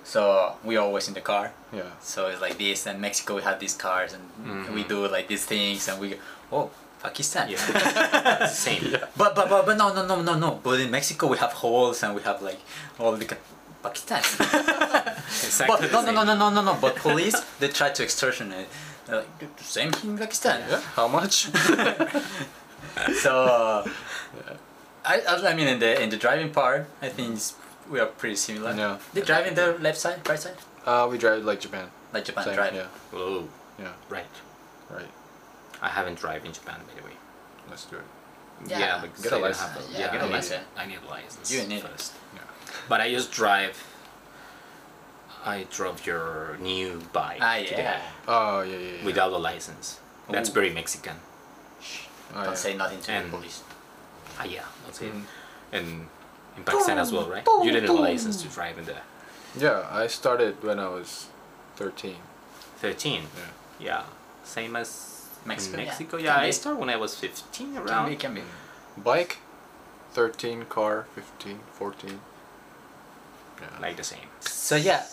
S1: So we always in the car.
S2: Yeah.
S1: So it's like this, and Mexico we have these cars, and we do like these things, and we go, oh, Pakistan.
S3: Mm-hmm. Yeah, it's the same.
S1: But, but but but no no no no no. But in Mexico we have holes and we have like all the ca- Pakistan.
S3: Exactly
S1: but
S3: the
S1: no no
S3: same.
S1: no no no no no. But police they try to extortion it. They're like, "The same in Pakistan.
S2: Yeah. How much?
S1: So uh, I, I I mean in the in the driving part I think it's, we are pretty similar.
S2: Yeah.
S1: They drive in the left side, right side,
S2: uh, we drive like Japan.
S1: like Japan
S2: Same,
S1: drive.
S2: Yeah.
S3: Oh,
S2: Yeah.
S3: right.
S2: Right.
S3: I haven't driven in Japan, by the way.
S2: Let's do it.
S1: Yeah,
S3: but
S1: get
S2: a
S3: I don't
S2: license.
S3: have
S1: Yeah, get a
S3: I need-
S1: license.
S3: I need a license.
S1: You need it.
S3: first.
S2: Yeah.
S3: But I just drive. I drove your new bike
S1: Ah yeah.
S3: today
S2: Oh yeah, yeah. yeah.
S3: without a license. That's
S1: Ooh.
S3: very Mexican.
S2: Oh,
S1: Don't
S2: yeah.
S1: say nothing to
S3: And-
S1: the police.
S3: Ah yeah, that's it.
S2: Mm.
S3: And in Pakistan as well, right? You didn't have a license to drive in the
S2: Yeah, I started when I was thirteen.
S3: 13.
S2: Yeah.
S3: Yeah, same as in
S1: Mexico, yeah.
S3: Mexico.
S1: Can
S3: Yeah, I
S1: be.
S3: started when I was 15
S1: Can be
S3: around.
S1: can be.
S2: Bike, 13, car, 15, 14. Yeah.
S3: Like the same.
S1: So yeah.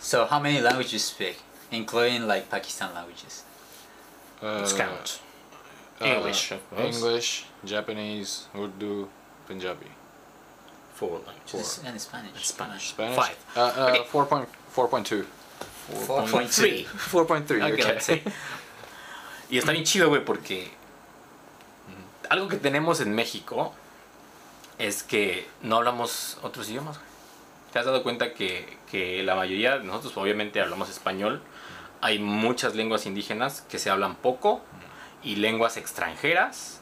S1: So how many languages you speak, including like Pakistan languages?
S2: Uh,
S3: Let's count.
S2: uh,
S3: English, of course.
S2: English, Japanese, Urdu, Punjabi.
S3: Four languages.
S1: Just in Spanish.
S3: Spanish.
S2: Spanish?
S3: Five.
S2: Uh, uh,
S3: Okay.
S2: 4.2. 4.2.
S1: 4.3.
S2: 4.3,
S3: Ok,
S2: okay.
S3: let's say. Y está bien chido, güey, porque algo que tenemos en México es que no hablamos otros idiomas, güey. ¿Te has dado cuenta que, que la mayoría de nosotros obviamente hablamos español? Hay muchas lenguas indígenas que se hablan poco y lenguas extranjeras.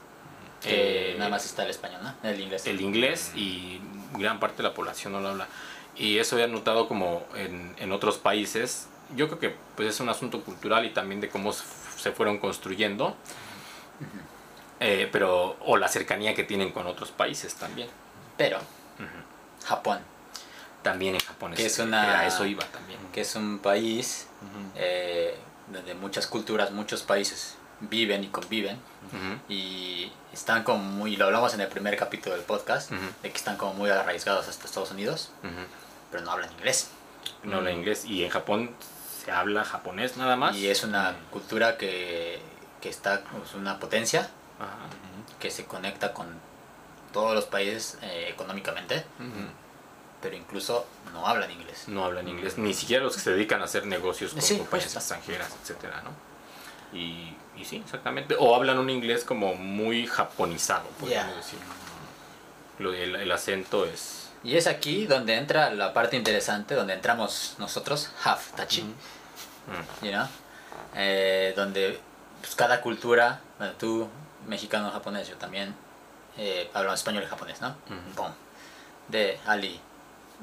S1: Que
S3: eh,
S1: nada más está el español, ¿no? El inglés.
S3: el inglés y gran parte de la población no lo habla. Y eso he notado como en, en otros países. Yo creo que pues, es un asunto cultural y también de cómo se f- se fueron construyendo. Eh, pero, o la cercanía que tienen con otros países también.
S1: Pero, Japón,
S3: También en Japón.
S1: Que
S3: es-
S1: es una-
S3: A eso iba también.
S1: que es un país
S2: Ujú.
S1: eh, donde muchas culturas, muchos países viven y conviven.
S3: Ujú.
S1: y están como muy, lo hablamos en el primer capítulo del podcast,
S3: Ujú.
S1: de que están como muy arraigados hasta Estados Unidos,
S3: Ujú.
S1: pero no hablan inglés.
S3: No habla inglés. Y en Japón se habla japonés nada más.
S1: Y es una cultura que, que está, es una potencia
S3: Ajá.
S1: que se conecta con todos los países eh, económicamente, pero incluso no hablan inglés.
S3: no hablan inglés, ni siquiera los que se dedican a hacer negocios con
S1: Sí,
S3: compañías
S1: justo.
S3: extranjeras, etcétera, ¿no? Y, y sí, exactamente. O hablan un inglés como muy japonizado, podríamos
S1: Yeah.
S3: decirlo. Lo- El, el acento es.
S1: Y es aquí donde entra la parte interesante, donde entramos nosotros, Half Tachi,
S3: mm,
S1: you know? Eh, donde pues, cada cultura, bueno, tú, mexicano, japonés, yo también, eh, hablo español y japonés, ¿no?
S3: Ujú.
S1: Pum. De Ali,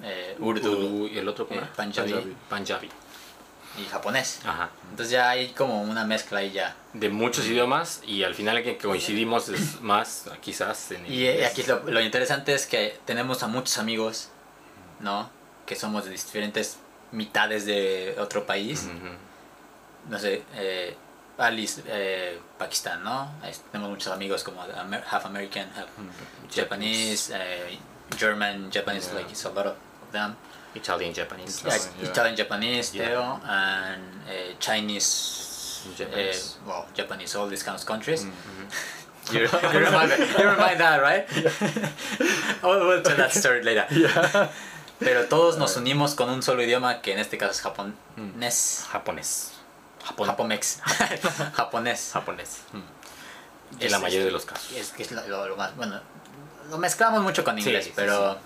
S1: eh, Urdu
S3: Urdu, y el otro, ¿cómo
S1: eh,
S3: era?
S1: Punjabi.
S3: Punjabi.
S1: y japonés.
S3: Ajá.
S1: Entonces ya hay como una mezcla ahí ya.
S3: De muchos idiomas y al final el que coincidimos es más, quizás. En
S1: Y eh, aquí lo, lo interesante es que tenemos a muchos amigos, ¿no? Que somos de diferentes mitades de otro país.
S3: Ujú,
S1: No sé, eh, Ali es, eh, Pakistán, ¿no? Ahí tenemos muchos amigos como Amer- half American, half Japanese, eh, German, Japanese,
S2: Yeah.
S1: like it's a lot of them.
S3: Italian, Japanese.
S1: Yeah,
S2: Italian, yeah.
S1: Italian, Japanese,
S3: Yeah.
S1: Teo, and uh, Chinese,
S3: Japanese. Mm.
S1: Uh, well, Japanese, all these kinds of countries.
S3: You-
S1: you, remind, you remind that, right? oh, we'll tell that story later. Pero todos nos unimos con un solo idioma que en este caso es
S3: Mm.
S1: japonés.
S3: Japonés. Japón.
S1: Japomex. japonés.
S3: Japonés. En
S1: Es-
S3: la
S1: Mm. es-
S3: mayoría de los casos.
S1: Es que es lo, lo- lo más. Bueno, lo mezclamos mucho con
S3: Sí,
S1: inglés,
S3: sí,
S1: pero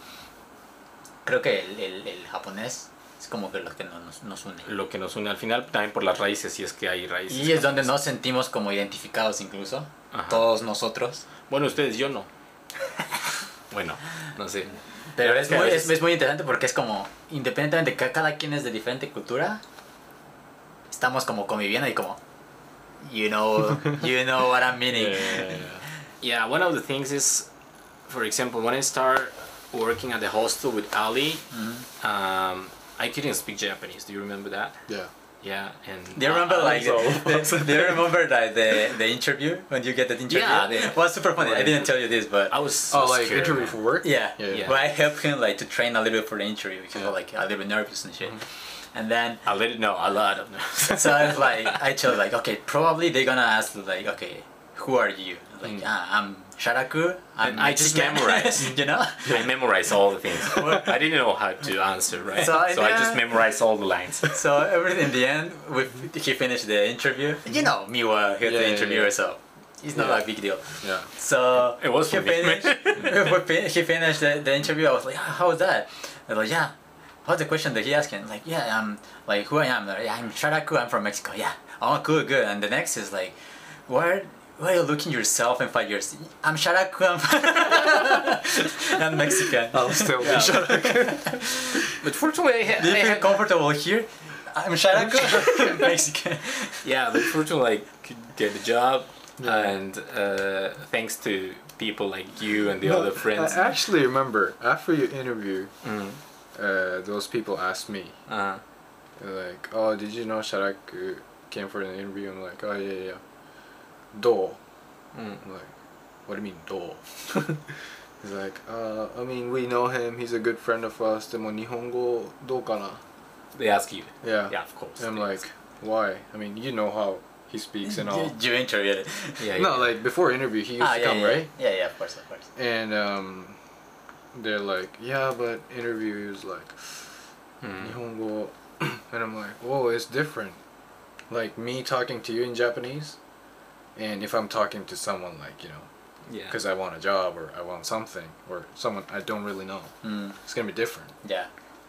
S1: creo que el, el- el japonés es como que lo que nos, nos une.
S3: lo que nos une al final, también por las raíces, si es que hay raíces.
S1: Y es donde nos sentimos como identificados incluso,
S3: Ajá.
S1: todos nosotros.
S3: Bueno, ustedes, yo no. bueno, no sé.
S1: Pero
S3: verdad
S1: es
S3: es que a
S1: muy,
S3: veces-
S1: es, es muy interesante porque es como, independientemente que cada quien es de diferente cultura, estamos como conviviendo y como, you know, you know what I'm meaning.
S4: Eh, Yeah, one of the things is, for example, when I start working at the hostel with Ali,
S1: Mm-hmm.
S4: um, I couldn't speak Japanese. Do you remember that?
S2: Yeah.
S4: Yeah, and
S1: Do you remember like the, the- do you remember like the, the interview when you get that interview?
S4: Yeah, the-
S1: it was super funny. I didn't tell you this, but
S4: I was so
S2: Oh, like
S4: scared.
S2: interview for work?
S1: Yeah.
S2: Yeah, yeah.
S1: But I helped him like to train a little bit for the interview because
S2: Yeah.
S1: like a little bit nervous and shit.
S4: Mm-hmm.
S1: And then
S4: I let it know a lot of nerves.
S1: so I was like I chose like okay probably they're gonna ask like okay who are you like ah, I'm Sharaku I'm
S4: Mm. And I just
S1: Mexican,"
S4: memorized.
S1: you know
S4: I memorized all the things. I didn't know how to answer, right?
S1: So
S4: So,
S1: I
S4: I just
S1: did-
S4: memorized all the lines.
S1: so everything in the end we, he finished the interview you know uh, Miwa he's
S2: Yeah,
S1: the
S2: yeah,
S1: interviewer
S2: yeah.
S1: so it's not
S2: Yeah.
S1: a big deal
S2: Yeah.
S1: So
S4: It was
S1: he
S4: for me.
S1: finished. we fin- he finished the, the interview. I was like, "Ah, how was that? They're like, yeah. What's the question that he asked? him? Like, yeah, um, like who I am? They're Like, yeah, I'm Sharaku. I'm from Mexico. Yeah. Oh, good, good. And the next is like, where, where are you looking yourself in five years? I'm Sharaku. I'm, from- I'm Mexican.
S2: I'll Oh, still be shut up.
S4: But fortunately, I had,
S1: Do you
S4: I
S1: feel
S4: had-
S1: comfortable here? I'm Sharaku. I'm Mexican.
S4: yeah, but fortunately, I could get the job, and uh, thanks to people like you and the
S2: No,
S4: other friends. Mm.
S2: I actually remember after your interview, uh, those people asked me,
S4: Uh,
S2: they're like, oh, did you know Sharaku came for an interview? I'm like, oh, yeah, yeah. Do.
S4: mm.
S2: I'm like, what do you mean, do? He's like, uh, I mean, we know him. He's a good friend of us. でも日本語どうかな?
S4: They ask you.
S2: Yeah.
S4: Yeah, of course.
S2: And I'm
S4: they
S2: like,
S4: ask.
S2: why? I mean, you know how he speaks and all.
S1: You, you interviewed it.
S5: Yeah,
S2: No, like before interview, he used
S1: ah,
S2: to
S1: yeah,
S2: come,
S1: yeah,
S2: right?
S1: Yeah, yeah, of course, of course.
S2: And um, they're like, yeah, but interview, he was like,
S4: Mm.
S2: Nihongo. And I'm like, whoa, it's different. Like me talking to you in Japanese, and if I'm talking to someone, like, you know,
S5: yeah.
S2: because I want a job or I want something or someone I don't really know,
S1: Mm,
S2: it's going to be different.
S1: yeah.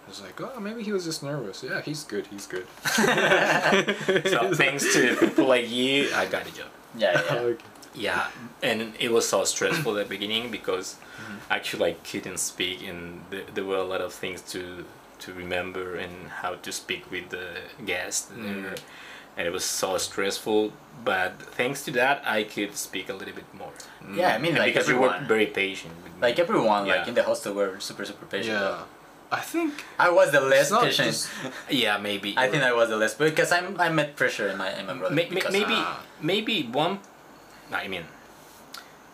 S2: It's like, oh, maybe he was just nervous. Yeah, he's good, he's good.
S3: So thanks to people like you, I got a job.
S1: Yeah, yeah, yeah.
S2: Like,
S3: Yeah, and it was so stressful at the beginning because actually I couldn't speak, and th- there were a lot of things to to remember and how to speak with the guest,
S1: Mm.
S3: there. and it was so stressful. But thanks to that, I could speak a little bit more.
S1: Yeah, I mean,
S3: And
S1: like
S3: because you
S1: everyone,
S3: were very patient. With me.
S1: like everyone, like
S3: Yeah.
S1: in the hostel were super, super patient.
S2: yeah.
S1: though.
S2: I think
S1: I was the
S2: it's
S1: less
S2: not
S1: patient.
S2: just-
S3: yeah, maybe.
S1: I
S3: or-
S1: think I was the less because I'm I met pressure in my in my brother.
S3: May- may-
S1: because-
S3: maybe
S2: uh,
S3: maybe one i mean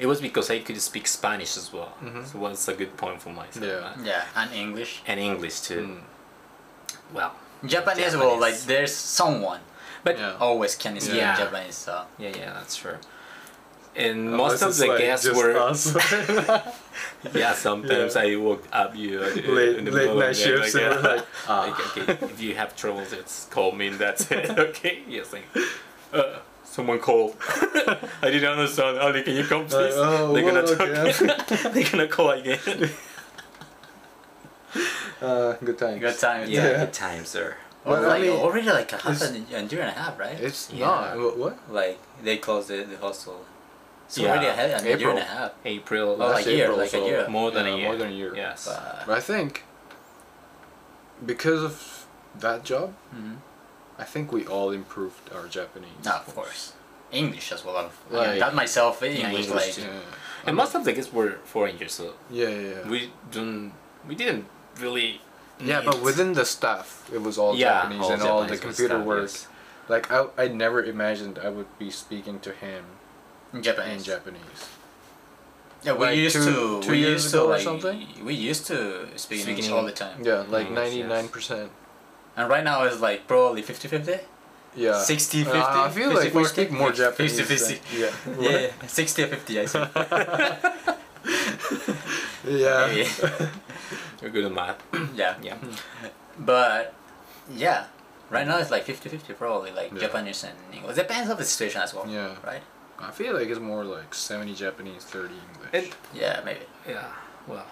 S3: it was because i could speak spanish as well so that's a good point for myself
S2: Yeah.
S3: uh,
S1: Mm-hmm. yeah, and English,
S3: and english too
S2: Mm.
S3: well
S1: Japanese. Well, like
S3: Japanese.
S1: there's someone
S3: but
S2: Yeah.
S3: yeah
S1: always can speak
S3: Yeah.
S1: Japanese. So
S3: yeah, that's true and
S2: Unless
S3: most of
S2: it's,
S3: the
S2: like,
S3: guests
S2: just
S3: were
S2: us.
S3: yeah sometimes
S2: Yeah.
S3: i woke up you uh,
S2: late,
S3: in the
S2: late
S3: morning,
S2: night shifts
S3: like,
S2: and we're
S3: uh,
S2: like, ah.
S3: like, okay if you have troubles just call me and that's it okay yes like uh, someone called i didn't understand ali can you come please
S2: Like, oh,
S3: they're gonna
S2: whoa,
S3: talk
S2: okay.
S3: they're gonna call again
S2: uh, good times.
S1: good time.
S2: Yeah.
S1: time.
S3: good time, sir.
S2: But I
S1: like
S2: mean,
S1: already like a half
S2: it's-
S1: an, a year and a half, right?
S2: It's
S3: Yeah.
S2: not. What? what?
S1: like they closed the, the hostel. So
S3: Yeah.
S1: already ahead a year
S2: April.
S1: and a half.
S3: April.
S1: Oh,
S3: like
S1: a year, like a year.
S3: More than a
S2: Yeah,
S3: year.
S2: More than a year.
S3: Yes.
S1: But,
S2: But I think because of that job,
S1: Mhm.
S2: I think we all improved our Japanese.
S1: no, of course, English as well. I'm- I
S2: Like-
S1: mean, that myself English,
S3: English
S1: like
S3: too.
S2: Yeah.
S3: and most of the guests were foreigners, so
S2: Yeah, yeah. Yeah,
S3: we don't. We didn't really.
S2: yeah
S3: need-
S2: but within the staff, it was all
S3: Yeah,
S2: Japanese
S3: all
S2: and all the
S3: Japanese was
S2: computer
S3: staff,
S2: work.
S3: yes.
S2: Like I, I never imagined I would be speaking to him
S1: in
S2: in
S1: Japanese.
S2: Japanese.
S1: Yeah, we
S2: Like
S1: used
S2: two-
S1: to.
S2: two
S1: we
S2: years
S1: used to
S2: ago or
S1: like,
S2: something?
S1: We used to speak
S3: Speak
S1: English
S3: in-
S1: all the time.
S2: Yeah, like
S3: Yes, yes.
S2: ninety nine percent.
S1: And right now it's like probably 50 50?
S2: Yeah.
S1: 60 50?
S2: Uh, I feel like we speak more Japanese.
S1: 50 50.
S2: than- yeah.
S1: Yeah, yeah, 60 50, I think.
S2: Yeah.
S1: Maybe.
S3: You're good at math.
S1: yeah.
S3: Yeah.
S1: But, yeah. Right now it's like 50 50 probably, like
S2: Yeah.
S1: Japanese and English. Depends on the situation as well.
S2: Yeah.
S1: Right?
S2: I feel like it's more like 70 Japanese, 30 English.
S3: And
S1: Yeah, maybe.
S3: yeah. Well.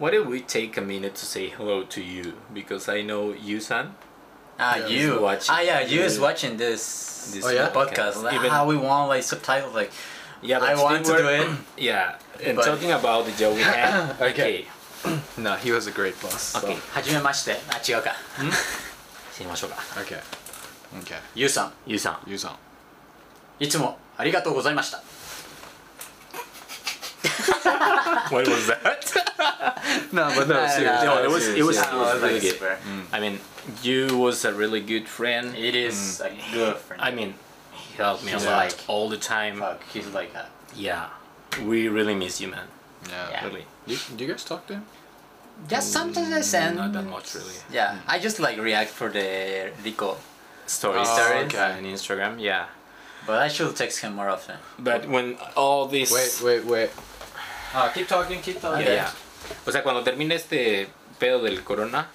S3: Why don't we take a minute to say hello to you? Because I know you-san.
S1: Ah,
S2: Yeah,
S1: you.
S3: he's watching.
S1: Ah, yeah, you is
S2: Yeah.
S1: watching this,
S3: This
S1: this
S2: yeah?
S3: podcast.
S1: podcast. Like,
S3: Even-
S1: how we want like subtitles, like,
S3: Yeah,
S1: I
S3: today
S1: want to do
S3: we're-
S1: it.
S3: Yeah, and
S1: But-
S3: talking about the job we had.
S2: Okay. no, he was a great boss.
S3: Okay.
S1: はじめまして. Ah, 違うか.
S3: しましょうか。
S2: Okay. Okay.
S1: You さん、
S3: You-san.
S2: You sound.
S1: いつもありがとうございました。
S3: What was that?
S2: No, but no,
S1: no,
S2: seriously.
S1: no,
S3: it was- it was-
S2: seriously.
S3: Yeah, I was like,
S1: super.
S3: I mean, you was a really good friend.
S1: It is a good friend.
S3: I mean, he helped me a
S1: He's
S3: lot
S1: like-
S3: all the time.
S1: fuck, he's like a.
S3: Yeah, we really miss you, man.
S2: Yeah.
S1: Yeah.
S3: Really,
S2: Do, do you guys talk to him?
S1: Yeah, sometimes I send.
S3: not that much, really.
S1: Yeah, I just like react for the Rico,
S3: Stories,
S2: Oh,
S3: stories
S2: okay.
S3: on Instagram. Yeah,
S1: but I should text him more often.
S3: but when all this,
S2: Wait, wait, wait.
S1: keep talking, keep talking.
S3: Yeah. o sea, cuando termine este pedo del corona,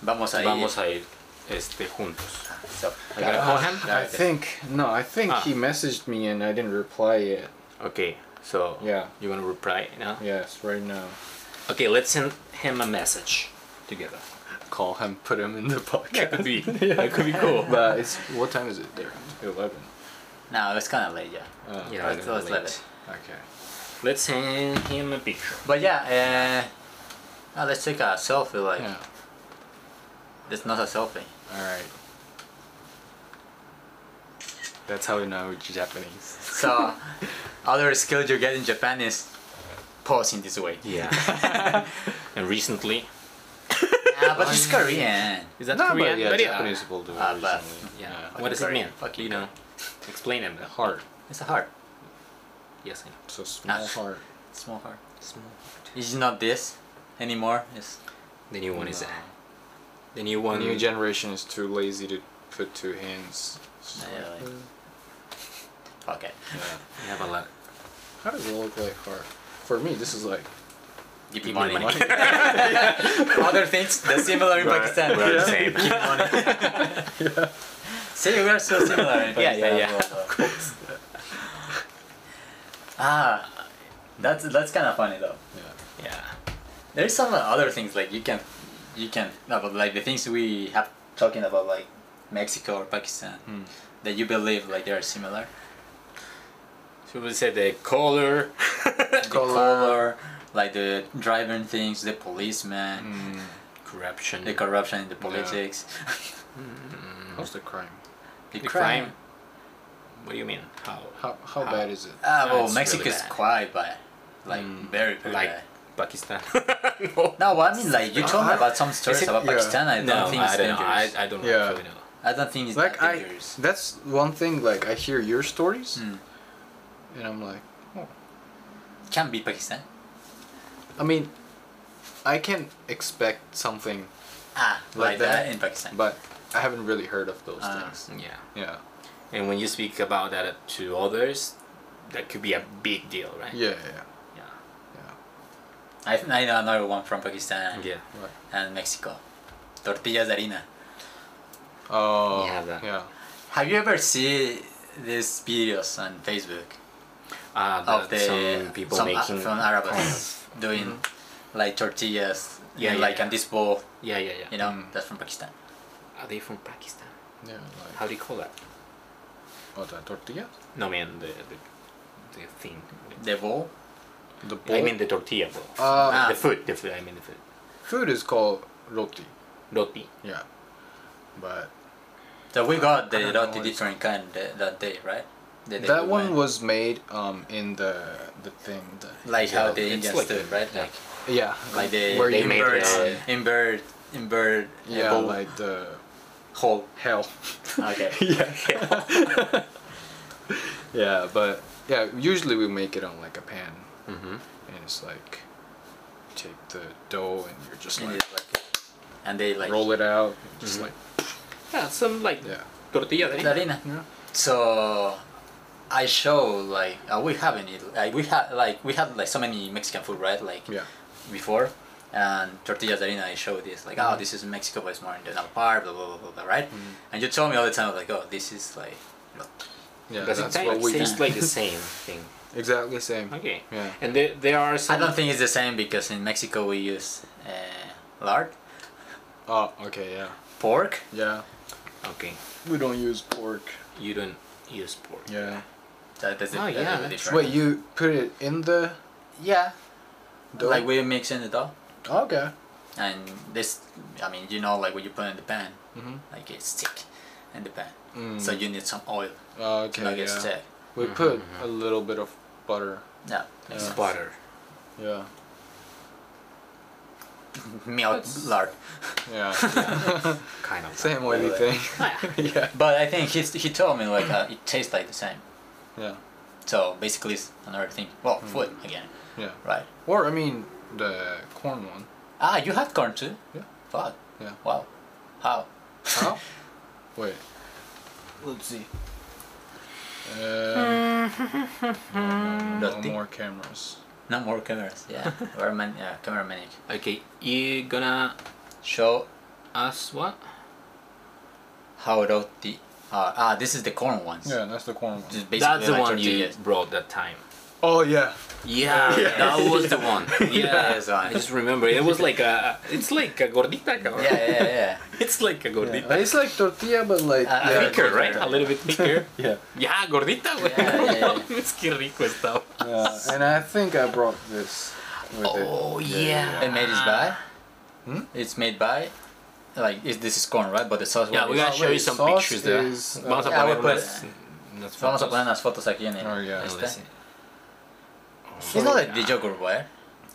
S1: Vamos a
S3: vamos a ir, este, juntos.
S1: So,
S3: I'm gonna call him.
S2: I think, no, I think
S3: Ah.
S2: he messaged me and I didn't reply yet.
S3: Okay, so
S2: Yeah.
S3: you wanna reply now?
S2: Yes, right now.
S3: Okay, let's send him a message together.
S2: Call him, put him in the
S3: That could
S2: podcast.
S3: be, that could be cool.
S2: but it's, what time is it there? 11.
S1: no, it's kind of late, yeah.
S2: Oh,
S3: yeah,
S1: Let's-
S3: I'm
S1: let's
S3: late.
S1: let it.
S2: Okay.
S3: Let's send him a picture.
S1: But yeah, uh, now let's take a selfie. Like,
S2: Yeah.
S1: it's not a selfie.
S2: Alright. That's how we know Japanese.
S1: So, other skill you get in Japan is posing this way.
S3: Yeah. and recently,
S1: Ah, but it's Korean.
S3: is that Korean?
S2: yeah,
S3: But
S2: Japanese people do it
S1: Ah, but-
S2: recently.
S3: Yeah.
S2: Yeah.
S3: What does it
S1: Korean.
S3: mean?
S1: Fucking
S3: you know, explain it.
S2: Heart.
S1: It's a heart.
S3: Yes, I know.
S2: So small
S1: Ah.
S2: heart.
S1: Small heart.
S3: Small heart.
S1: It's not this anymore. It's
S3: The new one is
S2: No.
S3: that. The new
S2: The
S3: one.
S2: new generation is too lazy to put two hands. It's just
S1: Yeah,
S2: like,
S1: like- Okay.
S3: We have a lot.
S2: How does it look like hard? For me, this is like
S1: Give me
S3: Give me
S1: money.
S3: money.
S1: Other things, they're similar in
S4: We're-
S1: Pakistan.
S4: we're the
S1: Yeah.
S4: same.
S1: Give me money. See, we are so similar. in
S4: Yeah, yeah,
S1: Pakistan
S4: yeah.
S1: also. ah, that's that's kind of funny though.
S2: yeah.
S4: Yeah.
S1: There's some other things like you can, you can no, but like the things we have talking about like Mexico or Pakistan that you believe like they are similar.
S3: So we say the color.
S1: The color, like the driving things, the policeman,
S2: Hmm. Mm-hmm.
S3: Corruption.
S1: the corruption in the politics,
S2: How's the crime?
S1: the,
S3: The
S1: crime. Ah,
S3: crime. What do you mean? How?
S2: How how bad is it?
S1: Ah,
S3: No,
S1: well,
S3: it's
S1: Mexico
S3: really
S1: is
S3: bad.
S1: quite bad. Like, very, very
S3: Like
S1: bad.
S3: Pakistan.
S1: No, well, I mean, like, you told me
S2: I-
S1: about some stories
S2: it-
S1: about
S2: yeah.
S1: Pakistan. I don't
S3: no,
S1: think it's
S3: I don't know. I,
S1: dangerous.
S3: I don't
S2: Yeah.
S3: really know.
S1: I, don't think it's
S2: like
S1: that
S2: I
S1: dangerous.
S2: that's one thing like I hear your stories
S1: Mm.
S2: and I'm like oh.
S1: Can be Pakistan.
S2: I mean I can expect something
S1: Ah, like,
S2: Like
S1: that,
S2: that?
S1: in Pakistan.
S2: but I haven't really heard of those
S3: Uh.
S1: Ah.
S2: things.
S3: Yeah.
S2: Yeah.
S3: And when you speak about that to others, that could be a big deal, right?
S2: Yeah, yeah.
S3: Yeah.
S2: Yeah.
S1: I, th- I know another one from Pakistan
S3: Yeah.
S2: Right.
S1: and Mexico. Tortillas de harina.
S2: Oh.
S3: Yeah, that-
S2: yeah.
S1: Have you ever seen these videos on Facebook
S3: Uh,
S1: of
S3: that
S1: the
S3: some people
S1: some, uh,
S3: making.
S1: from Arabs doing like tortillas,
S3: Yeah,
S1: and,
S3: yeah,
S1: like
S3: yeah.
S1: on this bowl,
S3: yeah, yeah, yeah.
S1: you know,
S2: Mm.
S1: that's from Pakistan.
S3: Are they from Pakistan?
S2: Yeah, like
S3: How do you call that?
S2: oh, the tortilla?
S3: No, I mean the the, the thing.
S1: The bowl?
S2: The bowl?
S3: I mean the tortilla, bro.
S2: uh,
S1: Ah.
S3: the food, the food. I mean the food.
S2: food is called roti.
S3: Roti.
S2: Yeah. But
S1: So we got the
S2: don't know
S1: roti
S2: what it's
S1: different kind that, that day, right? The day
S2: that
S1: we
S2: one
S1: went.
S2: was made um in the the thing the,
S1: like how
S3: Yeah,
S1: the
S3: it's
S1: Indians
S3: like-
S1: do, right? Like
S2: yeah
S1: like the
S2: where
S1: the
S2: you
S3: made uh,
S1: invert,
S3: the-
S1: invert, invert,
S2: yeah
S1: bowl,
S2: like the
S1: hole.
S2: hell
S1: Okay.
S2: yeah yeah but yeah usually we make it on like a pan
S3: Mm-hmm.
S2: and it's like take the dough and you're just
S1: and,
S2: like,
S1: it's like- and they like
S2: roll it out and just
S3: Mhm.
S2: like
S3: Yeah, some like
S2: yeah
S3: tortilla.
S1: the
S3: de-
S1: harina.
S2: yeah
S1: So I show like uh, we haven't eaten like we had like we had like so many Mexican food right like
S2: yeah
S1: before and tortillas de harina I showed this like
S2: Mm-hmm.
S1: oh this is Mexico but it's more in the north part blah blah blah blah, blah right and you told me all the time like oh this is like
S2: yeah
S3: Does it
S2: that's
S3: taste-
S2: what we
S3: taste
S2: do.
S3: like the same thing?
S2: exactly same
S3: Okay.
S2: yeah
S3: And there, there are
S1: I
S3: some.
S1: don't think it's the same because in Mexico we use uh, lard
S2: oh okay yeah
S1: pork
S2: yeah
S3: Okay.
S2: we don't use pork
S3: You don't use pork.
S2: yeah
S1: that, that's
S3: Oh,
S1: it,
S3: yeah,
S1: that's
S3: that's-
S1: different.
S2: wait you put it in the
S1: yeah
S2: dough
S1: like we mix in the dough
S2: Oh, okay
S1: and this I mean you know like when you put in the pan
S2: mm-hmm.
S1: like it's stick in the pan
S2: Mm. Oh,
S1: so you need some oil
S2: okay
S1: to not get
S2: yeah.
S1: stick
S2: We
S3: Mm-hmm,
S2: put a little bit of butter.
S1: yeah
S3: It's
S2: Yeah.
S3: butter.
S2: Yeah.
S1: milk lard
S2: Yeah.
S3: Kind of.
S2: Same oily
S1: Yeah.
S2: thing.
S3: Ah,
S2: yeah.
S1: but I think he's, he told me like uh, it tastes like the same
S2: Yeah.
S1: so basically it's another thing well food again
S2: Yeah.
S1: right
S2: Or I mean the corn one.
S1: ah you had corn too
S2: Yeah.
S1: fuck
S2: Yeah.
S1: wow how
S2: How? Wait. Let's see. Uh, no
S1: Nothing.
S2: more cameras.
S1: No more cameras. Yeah, we're man- yeah, camera manic.
S3: okay. You gonna
S1: Show
S3: ask what?
S1: how roti. Uh, ah, this is the corn ones.
S2: Yeah, that's the corn
S1: This is
S2: one.
S1: basically
S3: That's the
S1: like
S3: one you
S1: tortillas.
S3: brought that time.
S2: Oh yeah.
S3: Yeah, that was the one. Yeah,
S1: that's the one.
S3: I just remember. It was like a. It's like a gordita, cabrón.
S1: Yeah, yeah, yeah.
S3: It's like a gordita.
S2: Yeah. It's like tortilla, but like
S1: Uh,
S2: yeah,
S3: thicker,
S1: gordita.
S3: right? A little bit thicker.
S2: Yeah.
S3: ya, gordita, güey.
S1: Yeah, yeah, yeah.
S3: No mames, qué rico estaba.
S2: Yeah. And I think I brought this with
S3: Oh,
S2: it.
S3: yeah.
S1: And made is by.
S2: Hmm?
S1: It's made by. Like it, this is corn, right? But the sauce.
S3: Yeah,
S1: one
S3: we
S1: is-
S3: gotta show you
S2: wait,
S3: some
S2: sauce
S3: pictures there.
S2: is, uh,
S3: Vamos a
S1: Yeah,
S3: poner
S1: we put-
S3: unas, unas
S1: Vamos a
S3: fotos.
S1: poner unas fotos aquí en el.
S2: Oh, yeah.
S1: este.
S3: Donde se-
S1: It's not like the yogurt, right?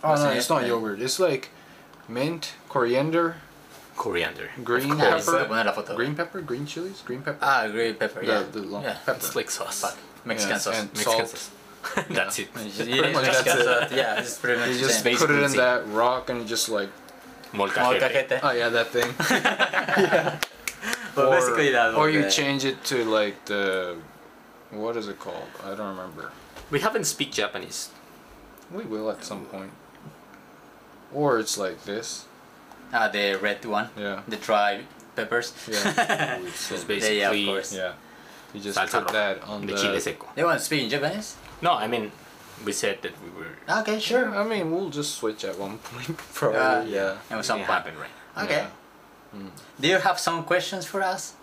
S2: Oh no,
S1: Wasn't
S2: it's
S1: it?
S2: not
S1: Yeah.
S2: yogurt. It's like mint, coriander,
S3: Coriander.
S2: green
S1: Yeah, it's
S2: pepper,
S1: like poner la foto.
S2: green pepper, green chilies, green pepper.
S1: Ah, green pepper.
S2: Oh, yeah,
S1: Yeah.
S2: the long
S1: yeah.
S2: pepper.
S3: It's like sauce.
S1: Fuck. Mexican
S2: Yeah,
S1: sauce.
S2: and-
S3: Mexican
S2: Salt.
S3: sauce. That's it.
S1: It's-
S2: Pretty
S1: it's
S2: much
S1: Mexican
S2: that's it.
S1: sauce. Yeah, it's pretty much
S2: you
S1: the
S2: just
S1: same.
S2: put it in
S3: basically-
S2: that rock and just like
S3: Molcajete.
S1: Molcajete.
S2: oh yeah that thing.
S1: But basically that.
S2: Or
S1: was
S2: you
S1: the-
S2: change it to like the What is it called? I don't remember.
S3: We haven't speak Japanese.
S2: We will at some point. Or it's like this.
S1: Ah, the red one.
S2: Yeah.
S1: The dry peppers.
S2: Yeah. It's so-
S3: It's
S1: yeah, of
S3: basically
S1: course.
S2: yeah. You just
S3: salsa
S2: put
S3: roja
S2: that on
S3: de
S2: the.
S3: chile seco.
S1: They want to speak in Japanese? Ah,
S3: No, I mean, we said that we were.
S1: Okay,
S2: Sure.
S1: sure.
S2: I mean, we'll just switch at one point. Probably.
S1: Yeah.
S2: yeah.
S1: It
S3: Something
S1: was some fun.
S3: happened, right?
S1: Okay.
S2: Yeah. Mm.
S1: Do you have some questions for us?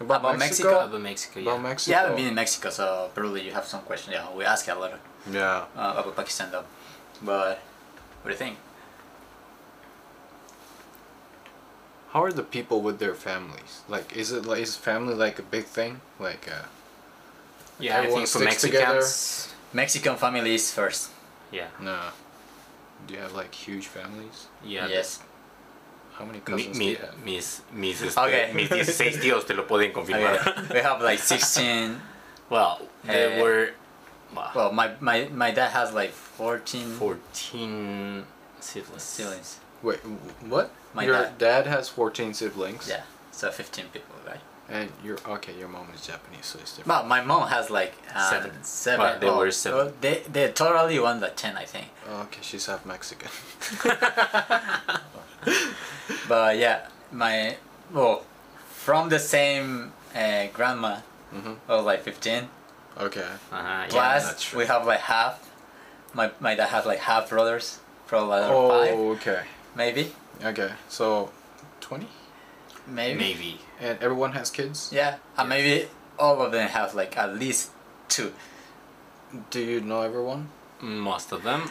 S2: About,
S1: About
S2: Mexico.
S1: Mexico?
S3: About Mexico, yeah.
S2: About
S1: You
S2: Mexico.
S1: haven't been in Mexico, so probably you have some questions. Yeah, we ask a lot uh,
S2: Yeah.
S1: about Pakistan though. But what do you think?
S2: How are the people with their families? Like, is it like is family like a big thing? Like, uh,
S3: yeah, I
S2: everyone
S3: think for
S2: sticks together.
S3: Mexicans.
S1: Mexican families first.
S3: Yeah,
S2: no. Do you have like huge families?
S3: yeah.
S1: yes.
S2: How many
S3: Mi,
S2: cousins do
S3: mi,
S2: you have?
S3: mis, mis, este,
S1: Okay.
S3: mis 16 tíos te lo pueden confirmar.
S1: Okay. we have like 16.
S3: Well, there
S1: Eh,
S3: were well,
S1: Well, my, my, my dad has like 14
S3: 14 siblings.
S1: siblings.
S2: Wait, wh- what?
S1: My
S2: your
S1: dad.
S2: has fourteen siblings.
S1: Yeah, so 15 people, right?
S2: And you're okay. Your mom is Japanese, so it's different.
S1: Well, my mom has like uh,
S3: Seven.
S1: Seven.
S3: Well, they
S1: Oh,
S3: were seven.
S1: well, they they totally won the ten, I think.
S2: Oh, okay, she's half Mexican.
S1: But yeah, my well, from the same uh, grandma,
S2: Mhm.
S3: Mm-hmm.
S1: I was like fifteen.
S2: Okay.
S3: Ajá, ya.
S1: Plus,
S2: that's true.
S1: we have like half. My my dad has like half brothers, probably another
S2: Oh,
S1: Uh, five,
S2: okay.
S1: maybe,
S2: Okay, so twenty,
S1: maybe.
S3: Maybe.
S2: and everyone has kids.
S1: Yeah, and maybe all of them have like at least two.
S2: Do you know everyone?
S3: Most of them.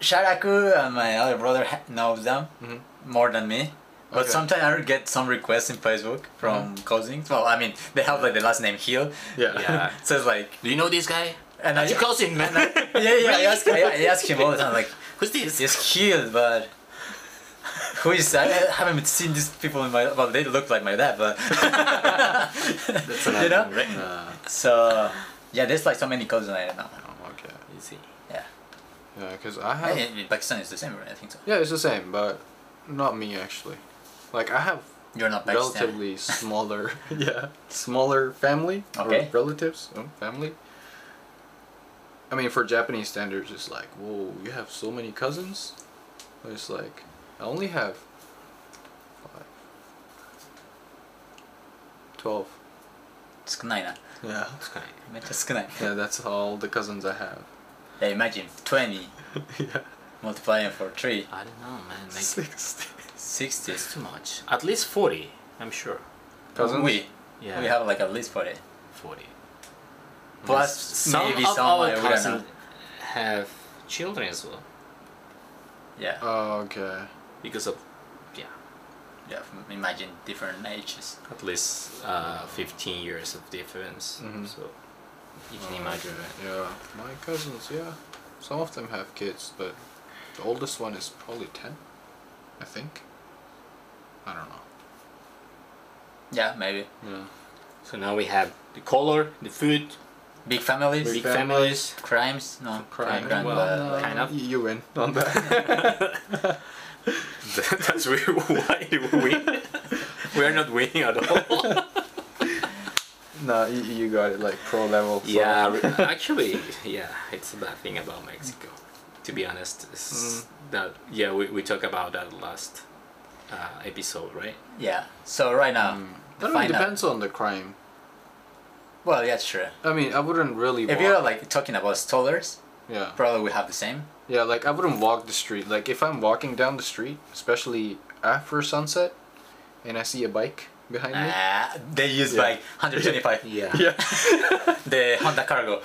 S1: Sharaku and my other brother ha- knows them
S2: Mhm.
S1: more than me. But
S2: Okay.
S1: sometimes I get some requests in Facebook from cousins. Well, I mean, they have like the last name Hill,
S3: Yeah.
S1: so it's like,
S3: Do you know this guy?
S1: and I,
S3: That's your cousin, man.
S1: yeah, yeah, I ask, I, I ask him all the time, like,
S3: Who's this?
S1: it's Hill, but who is? I haven't seen these people in my. Well, they look like my dad, but you know.
S2: Uh,
S1: So yeah, there's like so many cousins I don't know.
S2: oh, okay.
S3: Sí.
S1: Yeah,
S2: Yeah, because I
S1: I
S3: Uh,
S2: have.
S1: mean, in Pakistan is the same, right? I think so.
S2: Yeah, it's the same, but not me actually. Like I have
S1: You're not Pakistani.
S2: relatively smaller, yeah, smaller family
S1: Okay.
S2: or relatives, oh, family. I mean, for Japanese standards, it's like, whoa, you have so many cousins. But it's like, I only have five, twelve.
S1: 少ないな。
S2: Yeah,
S1: めっちゃ少ない。
S2: yeah, that's all the cousins I have.
S1: Yeah, imagine 20
S2: yeah,
S1: multiplying for 3,
S3: I don't know, man. Like,
S2: sixty
S1: 60.
S3: it's too much. At least 40, I'm sure.
S2: cousins.
S1: We,
S3: Yeah.
S1: we have like at least 40.
S3: 40.
S1: Plus,
S3: Some
S1: maybe
S3: of
S1: some
S3: our
S1: I wouldn't
S3: cousins
S1: know.
S3: have children as well.
S1: Yeah,
S3: Uh.
S2: Oh, okay.
S3: Because of, yeah,
S1: yeah, f- imagine different ages.
S3: at least uh, 15 years of difference.
S2: Mhm.
S3: So you can imagine that.
S2: Yeah, my cousins, yeah. Some of them have kids, but the oldest one is probably 10, I think. I don't know.
S1: Yeah, maybe.
S2: Yeah.
S3: So now we have the color, the food,
S1: Big families,
S2: Big
S3: big families.
S1: crimes, no,
S2: Crime.
S1: crime,
S3: well, uh,
S1: but-
S3: no. kind of.
S2: y- You win on that.
S3: That's where, why do we we are not winning at all.
S2: no, you, you got it, like pro level. so-
S3: Yeah, re- actually, yeah, it's that thing about Mexico. To be honest, it's that yeah, we, we talked about that last uh, episode, right?
S1: Yeah, so right now,
S3: Hmm.
S1: the
S2: I don't know, it
S1: final-
S2: depends on the crime.
S1: Well, yeah, sure.
S2: I mean, I wouldn't really
S1: If
S2: walk.
S1: you're like talking about strollers,
S2: yeah.
S1: probably we have the same.
S2: Yeah, like I wouldn't walk the street. Like if I'm walking down the street, especially after sunset, and I see a bike behind me.
S1: Ah, they use
S2: Yeah.
S1: like 125.
S3: Yeah.
S2: Yeah.
S1: The Honda Cargo.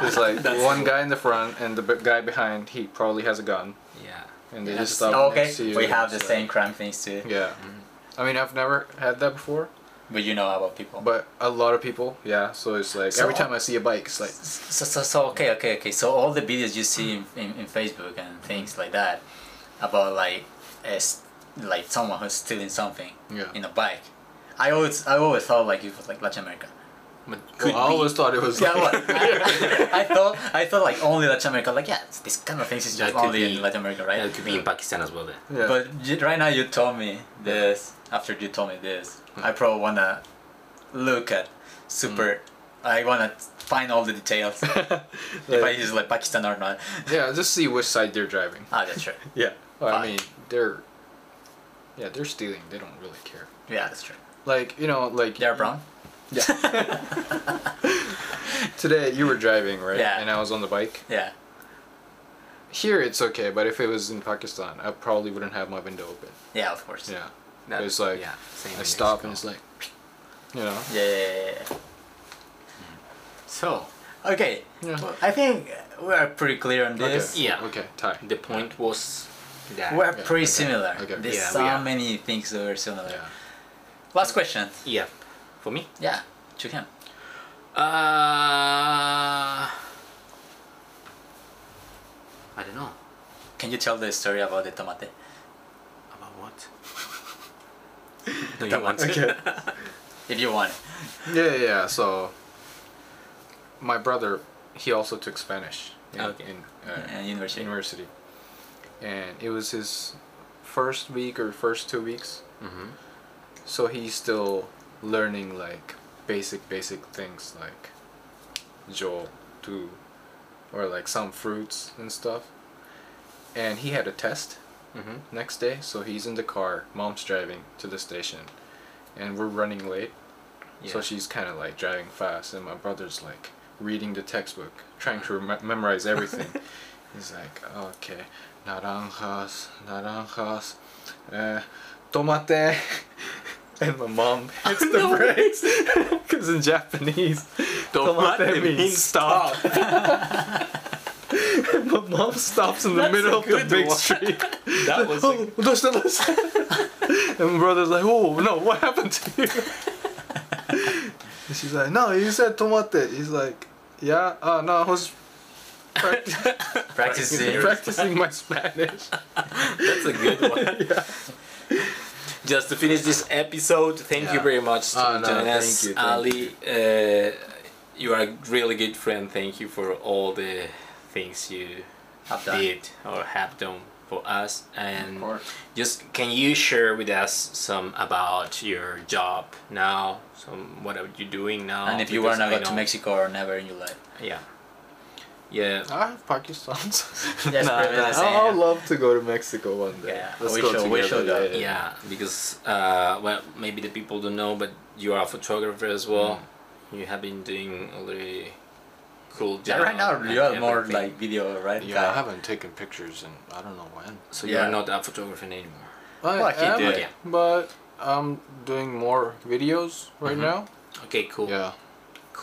S2: There's like one guy in the front and the b- guy behind. He probably has a gun,
S3: Yeah.
S2: and they
S1: Yeah,
S2: just stop
S1: Oh, okay,
S2: next to you.
S1: we have the
S2: It's
S1: same
S2: like-
S1: crime things too,
S2: Yeah, Mm-hmm. I mean I've never had that before,
S1: but you know about people.
S2: but a lot of people, yeah. So it's like
S1: So-
S2: every time I see a bike, it's like
S1: so, so, so okay okay okay so all the videos you see in, in, in facebook and things like that about like as like someone who's stealing something
S2: Yeah.
S1: in a bike i always i always thought like it was like latin america
S3: But
S2: well,
S3: could
S2: I always
S3: be,
S2: thought it was.
S1: yeah
S2: like,
S1: what? I, I thought i thought like only latin america like yeah it's- this kind of things is
S3: That
S1: just
S3: could
S1: only
S3: be-
S1: in latin america right
S3: yeah, it could be in Pakistan as well. Then.
S2: yeah.
S1: but you, right now you told me
S2: Hmm.
S1: this after you told me this i probably wanna look at super
S2: Hmm.
S1: I wanna find all the details. if I use like Pakistan or not.
S2: Yeah, just see which side they're driving.
S1: Ah, that's true.
S2: Yeah. Well, I
S1: Fine.
S2: mean, they're. Yeah, they're stealing. They don't really care.
S1: Yeah, that's true.
S2: Like you know, like
S1: They're brown.
S2: Yeah. Today you were driving, right?
S1: Yeah.
S2: And I was on the bike.
S1: Yeah.
S2: Here it's okay, but if it was in Pakistan, I probably wouldn't have my window open.
S1: Yeah, of course.
S2: Yeah.
S3: That-
S2: it's like
S3: yeah, same
S2: I
S3: in
S2: stop and it's
S3: Mexico.
S2: like, you know.
S1: Yeah. yeah, yeah, yeah. So, okay.
S2: Yeah.
S1: Well, I think we are pretty clear on
S2: Okay.
S1: this.
S3: Yeah.
S2: Okay. Tie.
S3: The point was that.
S1: We're
S2: Yeah,
S1: pretty
S2: okay.
S1: similar.
S2: Okay.
S1: There's
S3: Yeah, we
S1: so
S3: are.
S1: many things that are similar.
S2: Yeah.
S1: Last question.
S3: Yeah. For me?
S1: Yeah, to him.
S3: Uh, I don't know.
S1: Can you tell the story about the tomate?
S3: About what? Do you want to?
S1: If you want.
S2: Yeah, yeah, yeah. So, my brother, he also took Spanish in,
S3: Okay.
S2: in, uh,
S1: Uh, university.
S2: university, and it was his first week or first two weeks.
S3: Mhm.
S2: So he's still learning like basic, basic things like Joel to, or like some fruits and stuff. And he had a test
S3: Mhm.
S2: next day, so he's in the car. Mom's driving to the station, and we're running late. So
S3: Yeah.
S2: she's kind of like driving fast, and my brother's like reading the textbook, trying to rem- memorize everything. He's like, okay, naranjas, naranjas, uh, tomate. And my mom hits the brakes because in Japanese,
S3: Tomate means
S2: stop. my mom stops in the
S3: That's a
S2: middle of the
S3: good
S2: big
S3: one.
S2: street.
S3: That was a-
S2: "Oh, those are those." and my brother's like, oh no, what happened to you? And she's like, no, you said tomate. He's like, yeah, uh, no, I was pract-
S1: Practice the
S2: practicing my Spanish.
S3: That's a good one. Just to finish this episode, thank you
S2: Yeah.
S3: very much to
S2: Ah, no,
S3: join
S2: thank
S3: us,
S2: you, thank
S3: Ali. You. Uh, you are a really good friend. Thank you for all the things you
S1: Have done.
S3: did or have done for us. And
S2: course.
S3: just can you share with us some about your job now? Some what are you doing now?
S1: And if you were
S3: Because I
S1: never to
S3: know-
S1: Mexico or never in your life.
S3: yeah, yeah.
S2: I have Pakistan's.
S1: Yes,
S3: Nah,
S1: pretty
S3: nah,
S1: much the
S2: I- I'd
S1: same.
S2: love to go to Mexico one day.
S1: Yeah,
S2: Let's
S1: we
S2: go
S1: shall- we
S2: together,
S1: shall go.
S3: Yeah, because uh, well, maybe the people don't know, but you are a photographer as well. You have been doing a really cool
S1: Mm. Yeah,
S3: job.
S1: right now
S3: and
S1: you are more
S3: everything.
S1: like video, right?
S2: Yeah, I
S1: guy?
S2: haven't taken pictures in I don't know when.
S3: so
S1: yeah.
S3: you're not a photographer anymore.
S2: I
S1: Well, I can
S2: am,
S1: do
S3: it. Yeah.
S2: but I'm doing more videos right
S3: Mhm.
S2: now.
S3: Okay, cool.
S2: Yeah,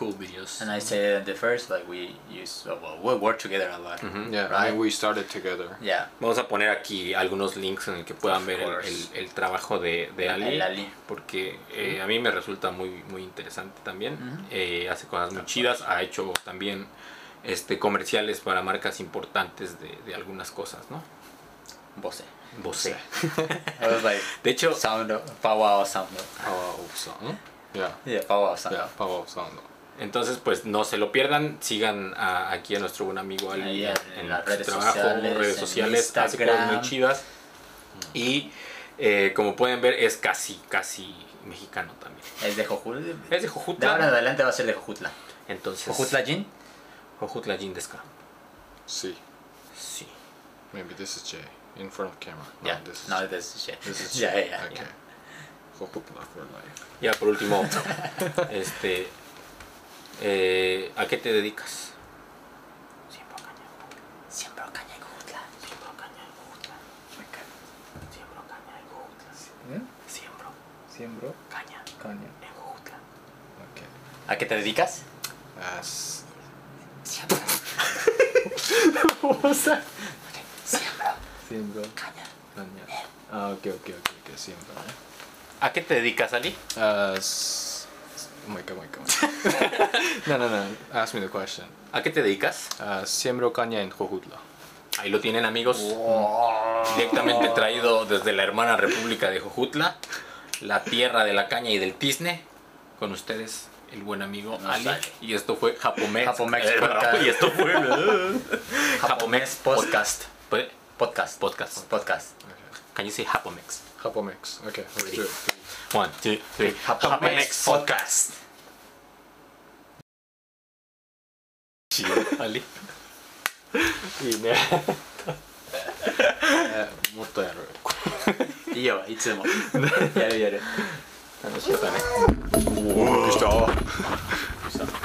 S3: Cool videos.
S1: And I say at the first, like we used, oh, well, we work together a lot.
S3: Ujú.
S2: yeah. I
S1: Right.
S2: mean, we started together.
S1: Yeah.
S3: Mm-hmm. Vamos a poner aquí algunos links en el que puedan
S1: Of
S3: ver el,
S1: course.
S3: el- el trabajo de, de Ali,
S1: El Ali. Mm-hmm.
S3: porque eh, a mí me resulta muy muy interesante también.
S1: Ujú.
S3: Eh, hace cosas muy chidas, ha hecho también este comerciales para marcas importantes de, de algunas cosas, ¿no?
S1: Voce.
S3: Vocé.
S1: I was like
S3: De hecho,
S1: sound powwow sound.
S2: Power of sound. Yeah,
S1: Yeah, powwow sound.
S2: yeah. Power of sound.
S3: entonces pues no se lo pierdan, sigan a- aquí a nuestro buen amigo Ali
S1: Ahí en- en las
S3: su
S1: redes sociales,
S3: redes
S1: en
S3: sociales, hace cosas muy
S1: Instagram.
S3: chidas y eh, como pueden ver es casi, casi mexicano también.
S1: Es de Jojutla.
S3: Es de
S1: De ahora en
S3: Jojutla,
S1: adelante va a ser de Jojutla.
S3: entonces
S1: Jojutla Jin.
S3: Jojutla Jindesca.
S2: See,
S3: Sí.
S2: maybe this is Jay in front of camera. No,
S1: Yeah.
S2: This is,
S1: No, this is shit.
S2: this is
S1: yeah,
S2: Jay.
S1: yeah, yeah.
S2: Okay. Jojutla for life.
S3: Ya por último, este, eh, ¿a qué te dedicas? Siempre a caña, siempre a caña y Jojutla, siempre a caña y Jojutla. Siembro caña en Jojutla. Siembro
S2: Siembro
S3: ¿Eh? caña
S2: caña.
S3: en Jojutla.
S2: Okay.
S1: ¿A qué te dedicas?
S2: As.
S3: Siembro,
S2: what was that?
S3: siembro
S2: Siembro
S3: caña.
S2: caña.
S1: Eh.
S2: Ah, okay, okay, okay, okay. Siembro. eh?
S3: ¿A qué te dedicas, Ali?
S2: Uh, s- s- oh my god, my god. no, no, no. Ask me the question.
S3: ¿A qué te dedicas?
S2: Uh, siembro caña en Jojutla.
S3: Ahí lo tienen, amigos.
S1: Wow.
S3: Directamente traído desde la hermana república de Jojutla, la tierra de la caña y del tizne. Con ustedes, el buen amigo
S1: No
S3: Ali.
S1: sale.
S3: Y esto fue Japomex.
S1: Japomex
S3: Eh,
S1: Podcast.
S3: y esto fue Japomex
S1: Japomex
S3: Podcast.
S1: Podcast.
S3: Puede-
S1: Podcast.
S3: Podcast.
S1: Podcast.
S2: Okay.
S3: Can you say Japomex?
S2: Japomex. Okay, let's do it.
S3: One, two, three.
S1: Japomex Podcast.
S4: chido, Ali.
S3: Y me-
S2: えーもっとやる
S1: いいよいつでも やるやる
S3: 楽しかったね
S2: おおびっくりした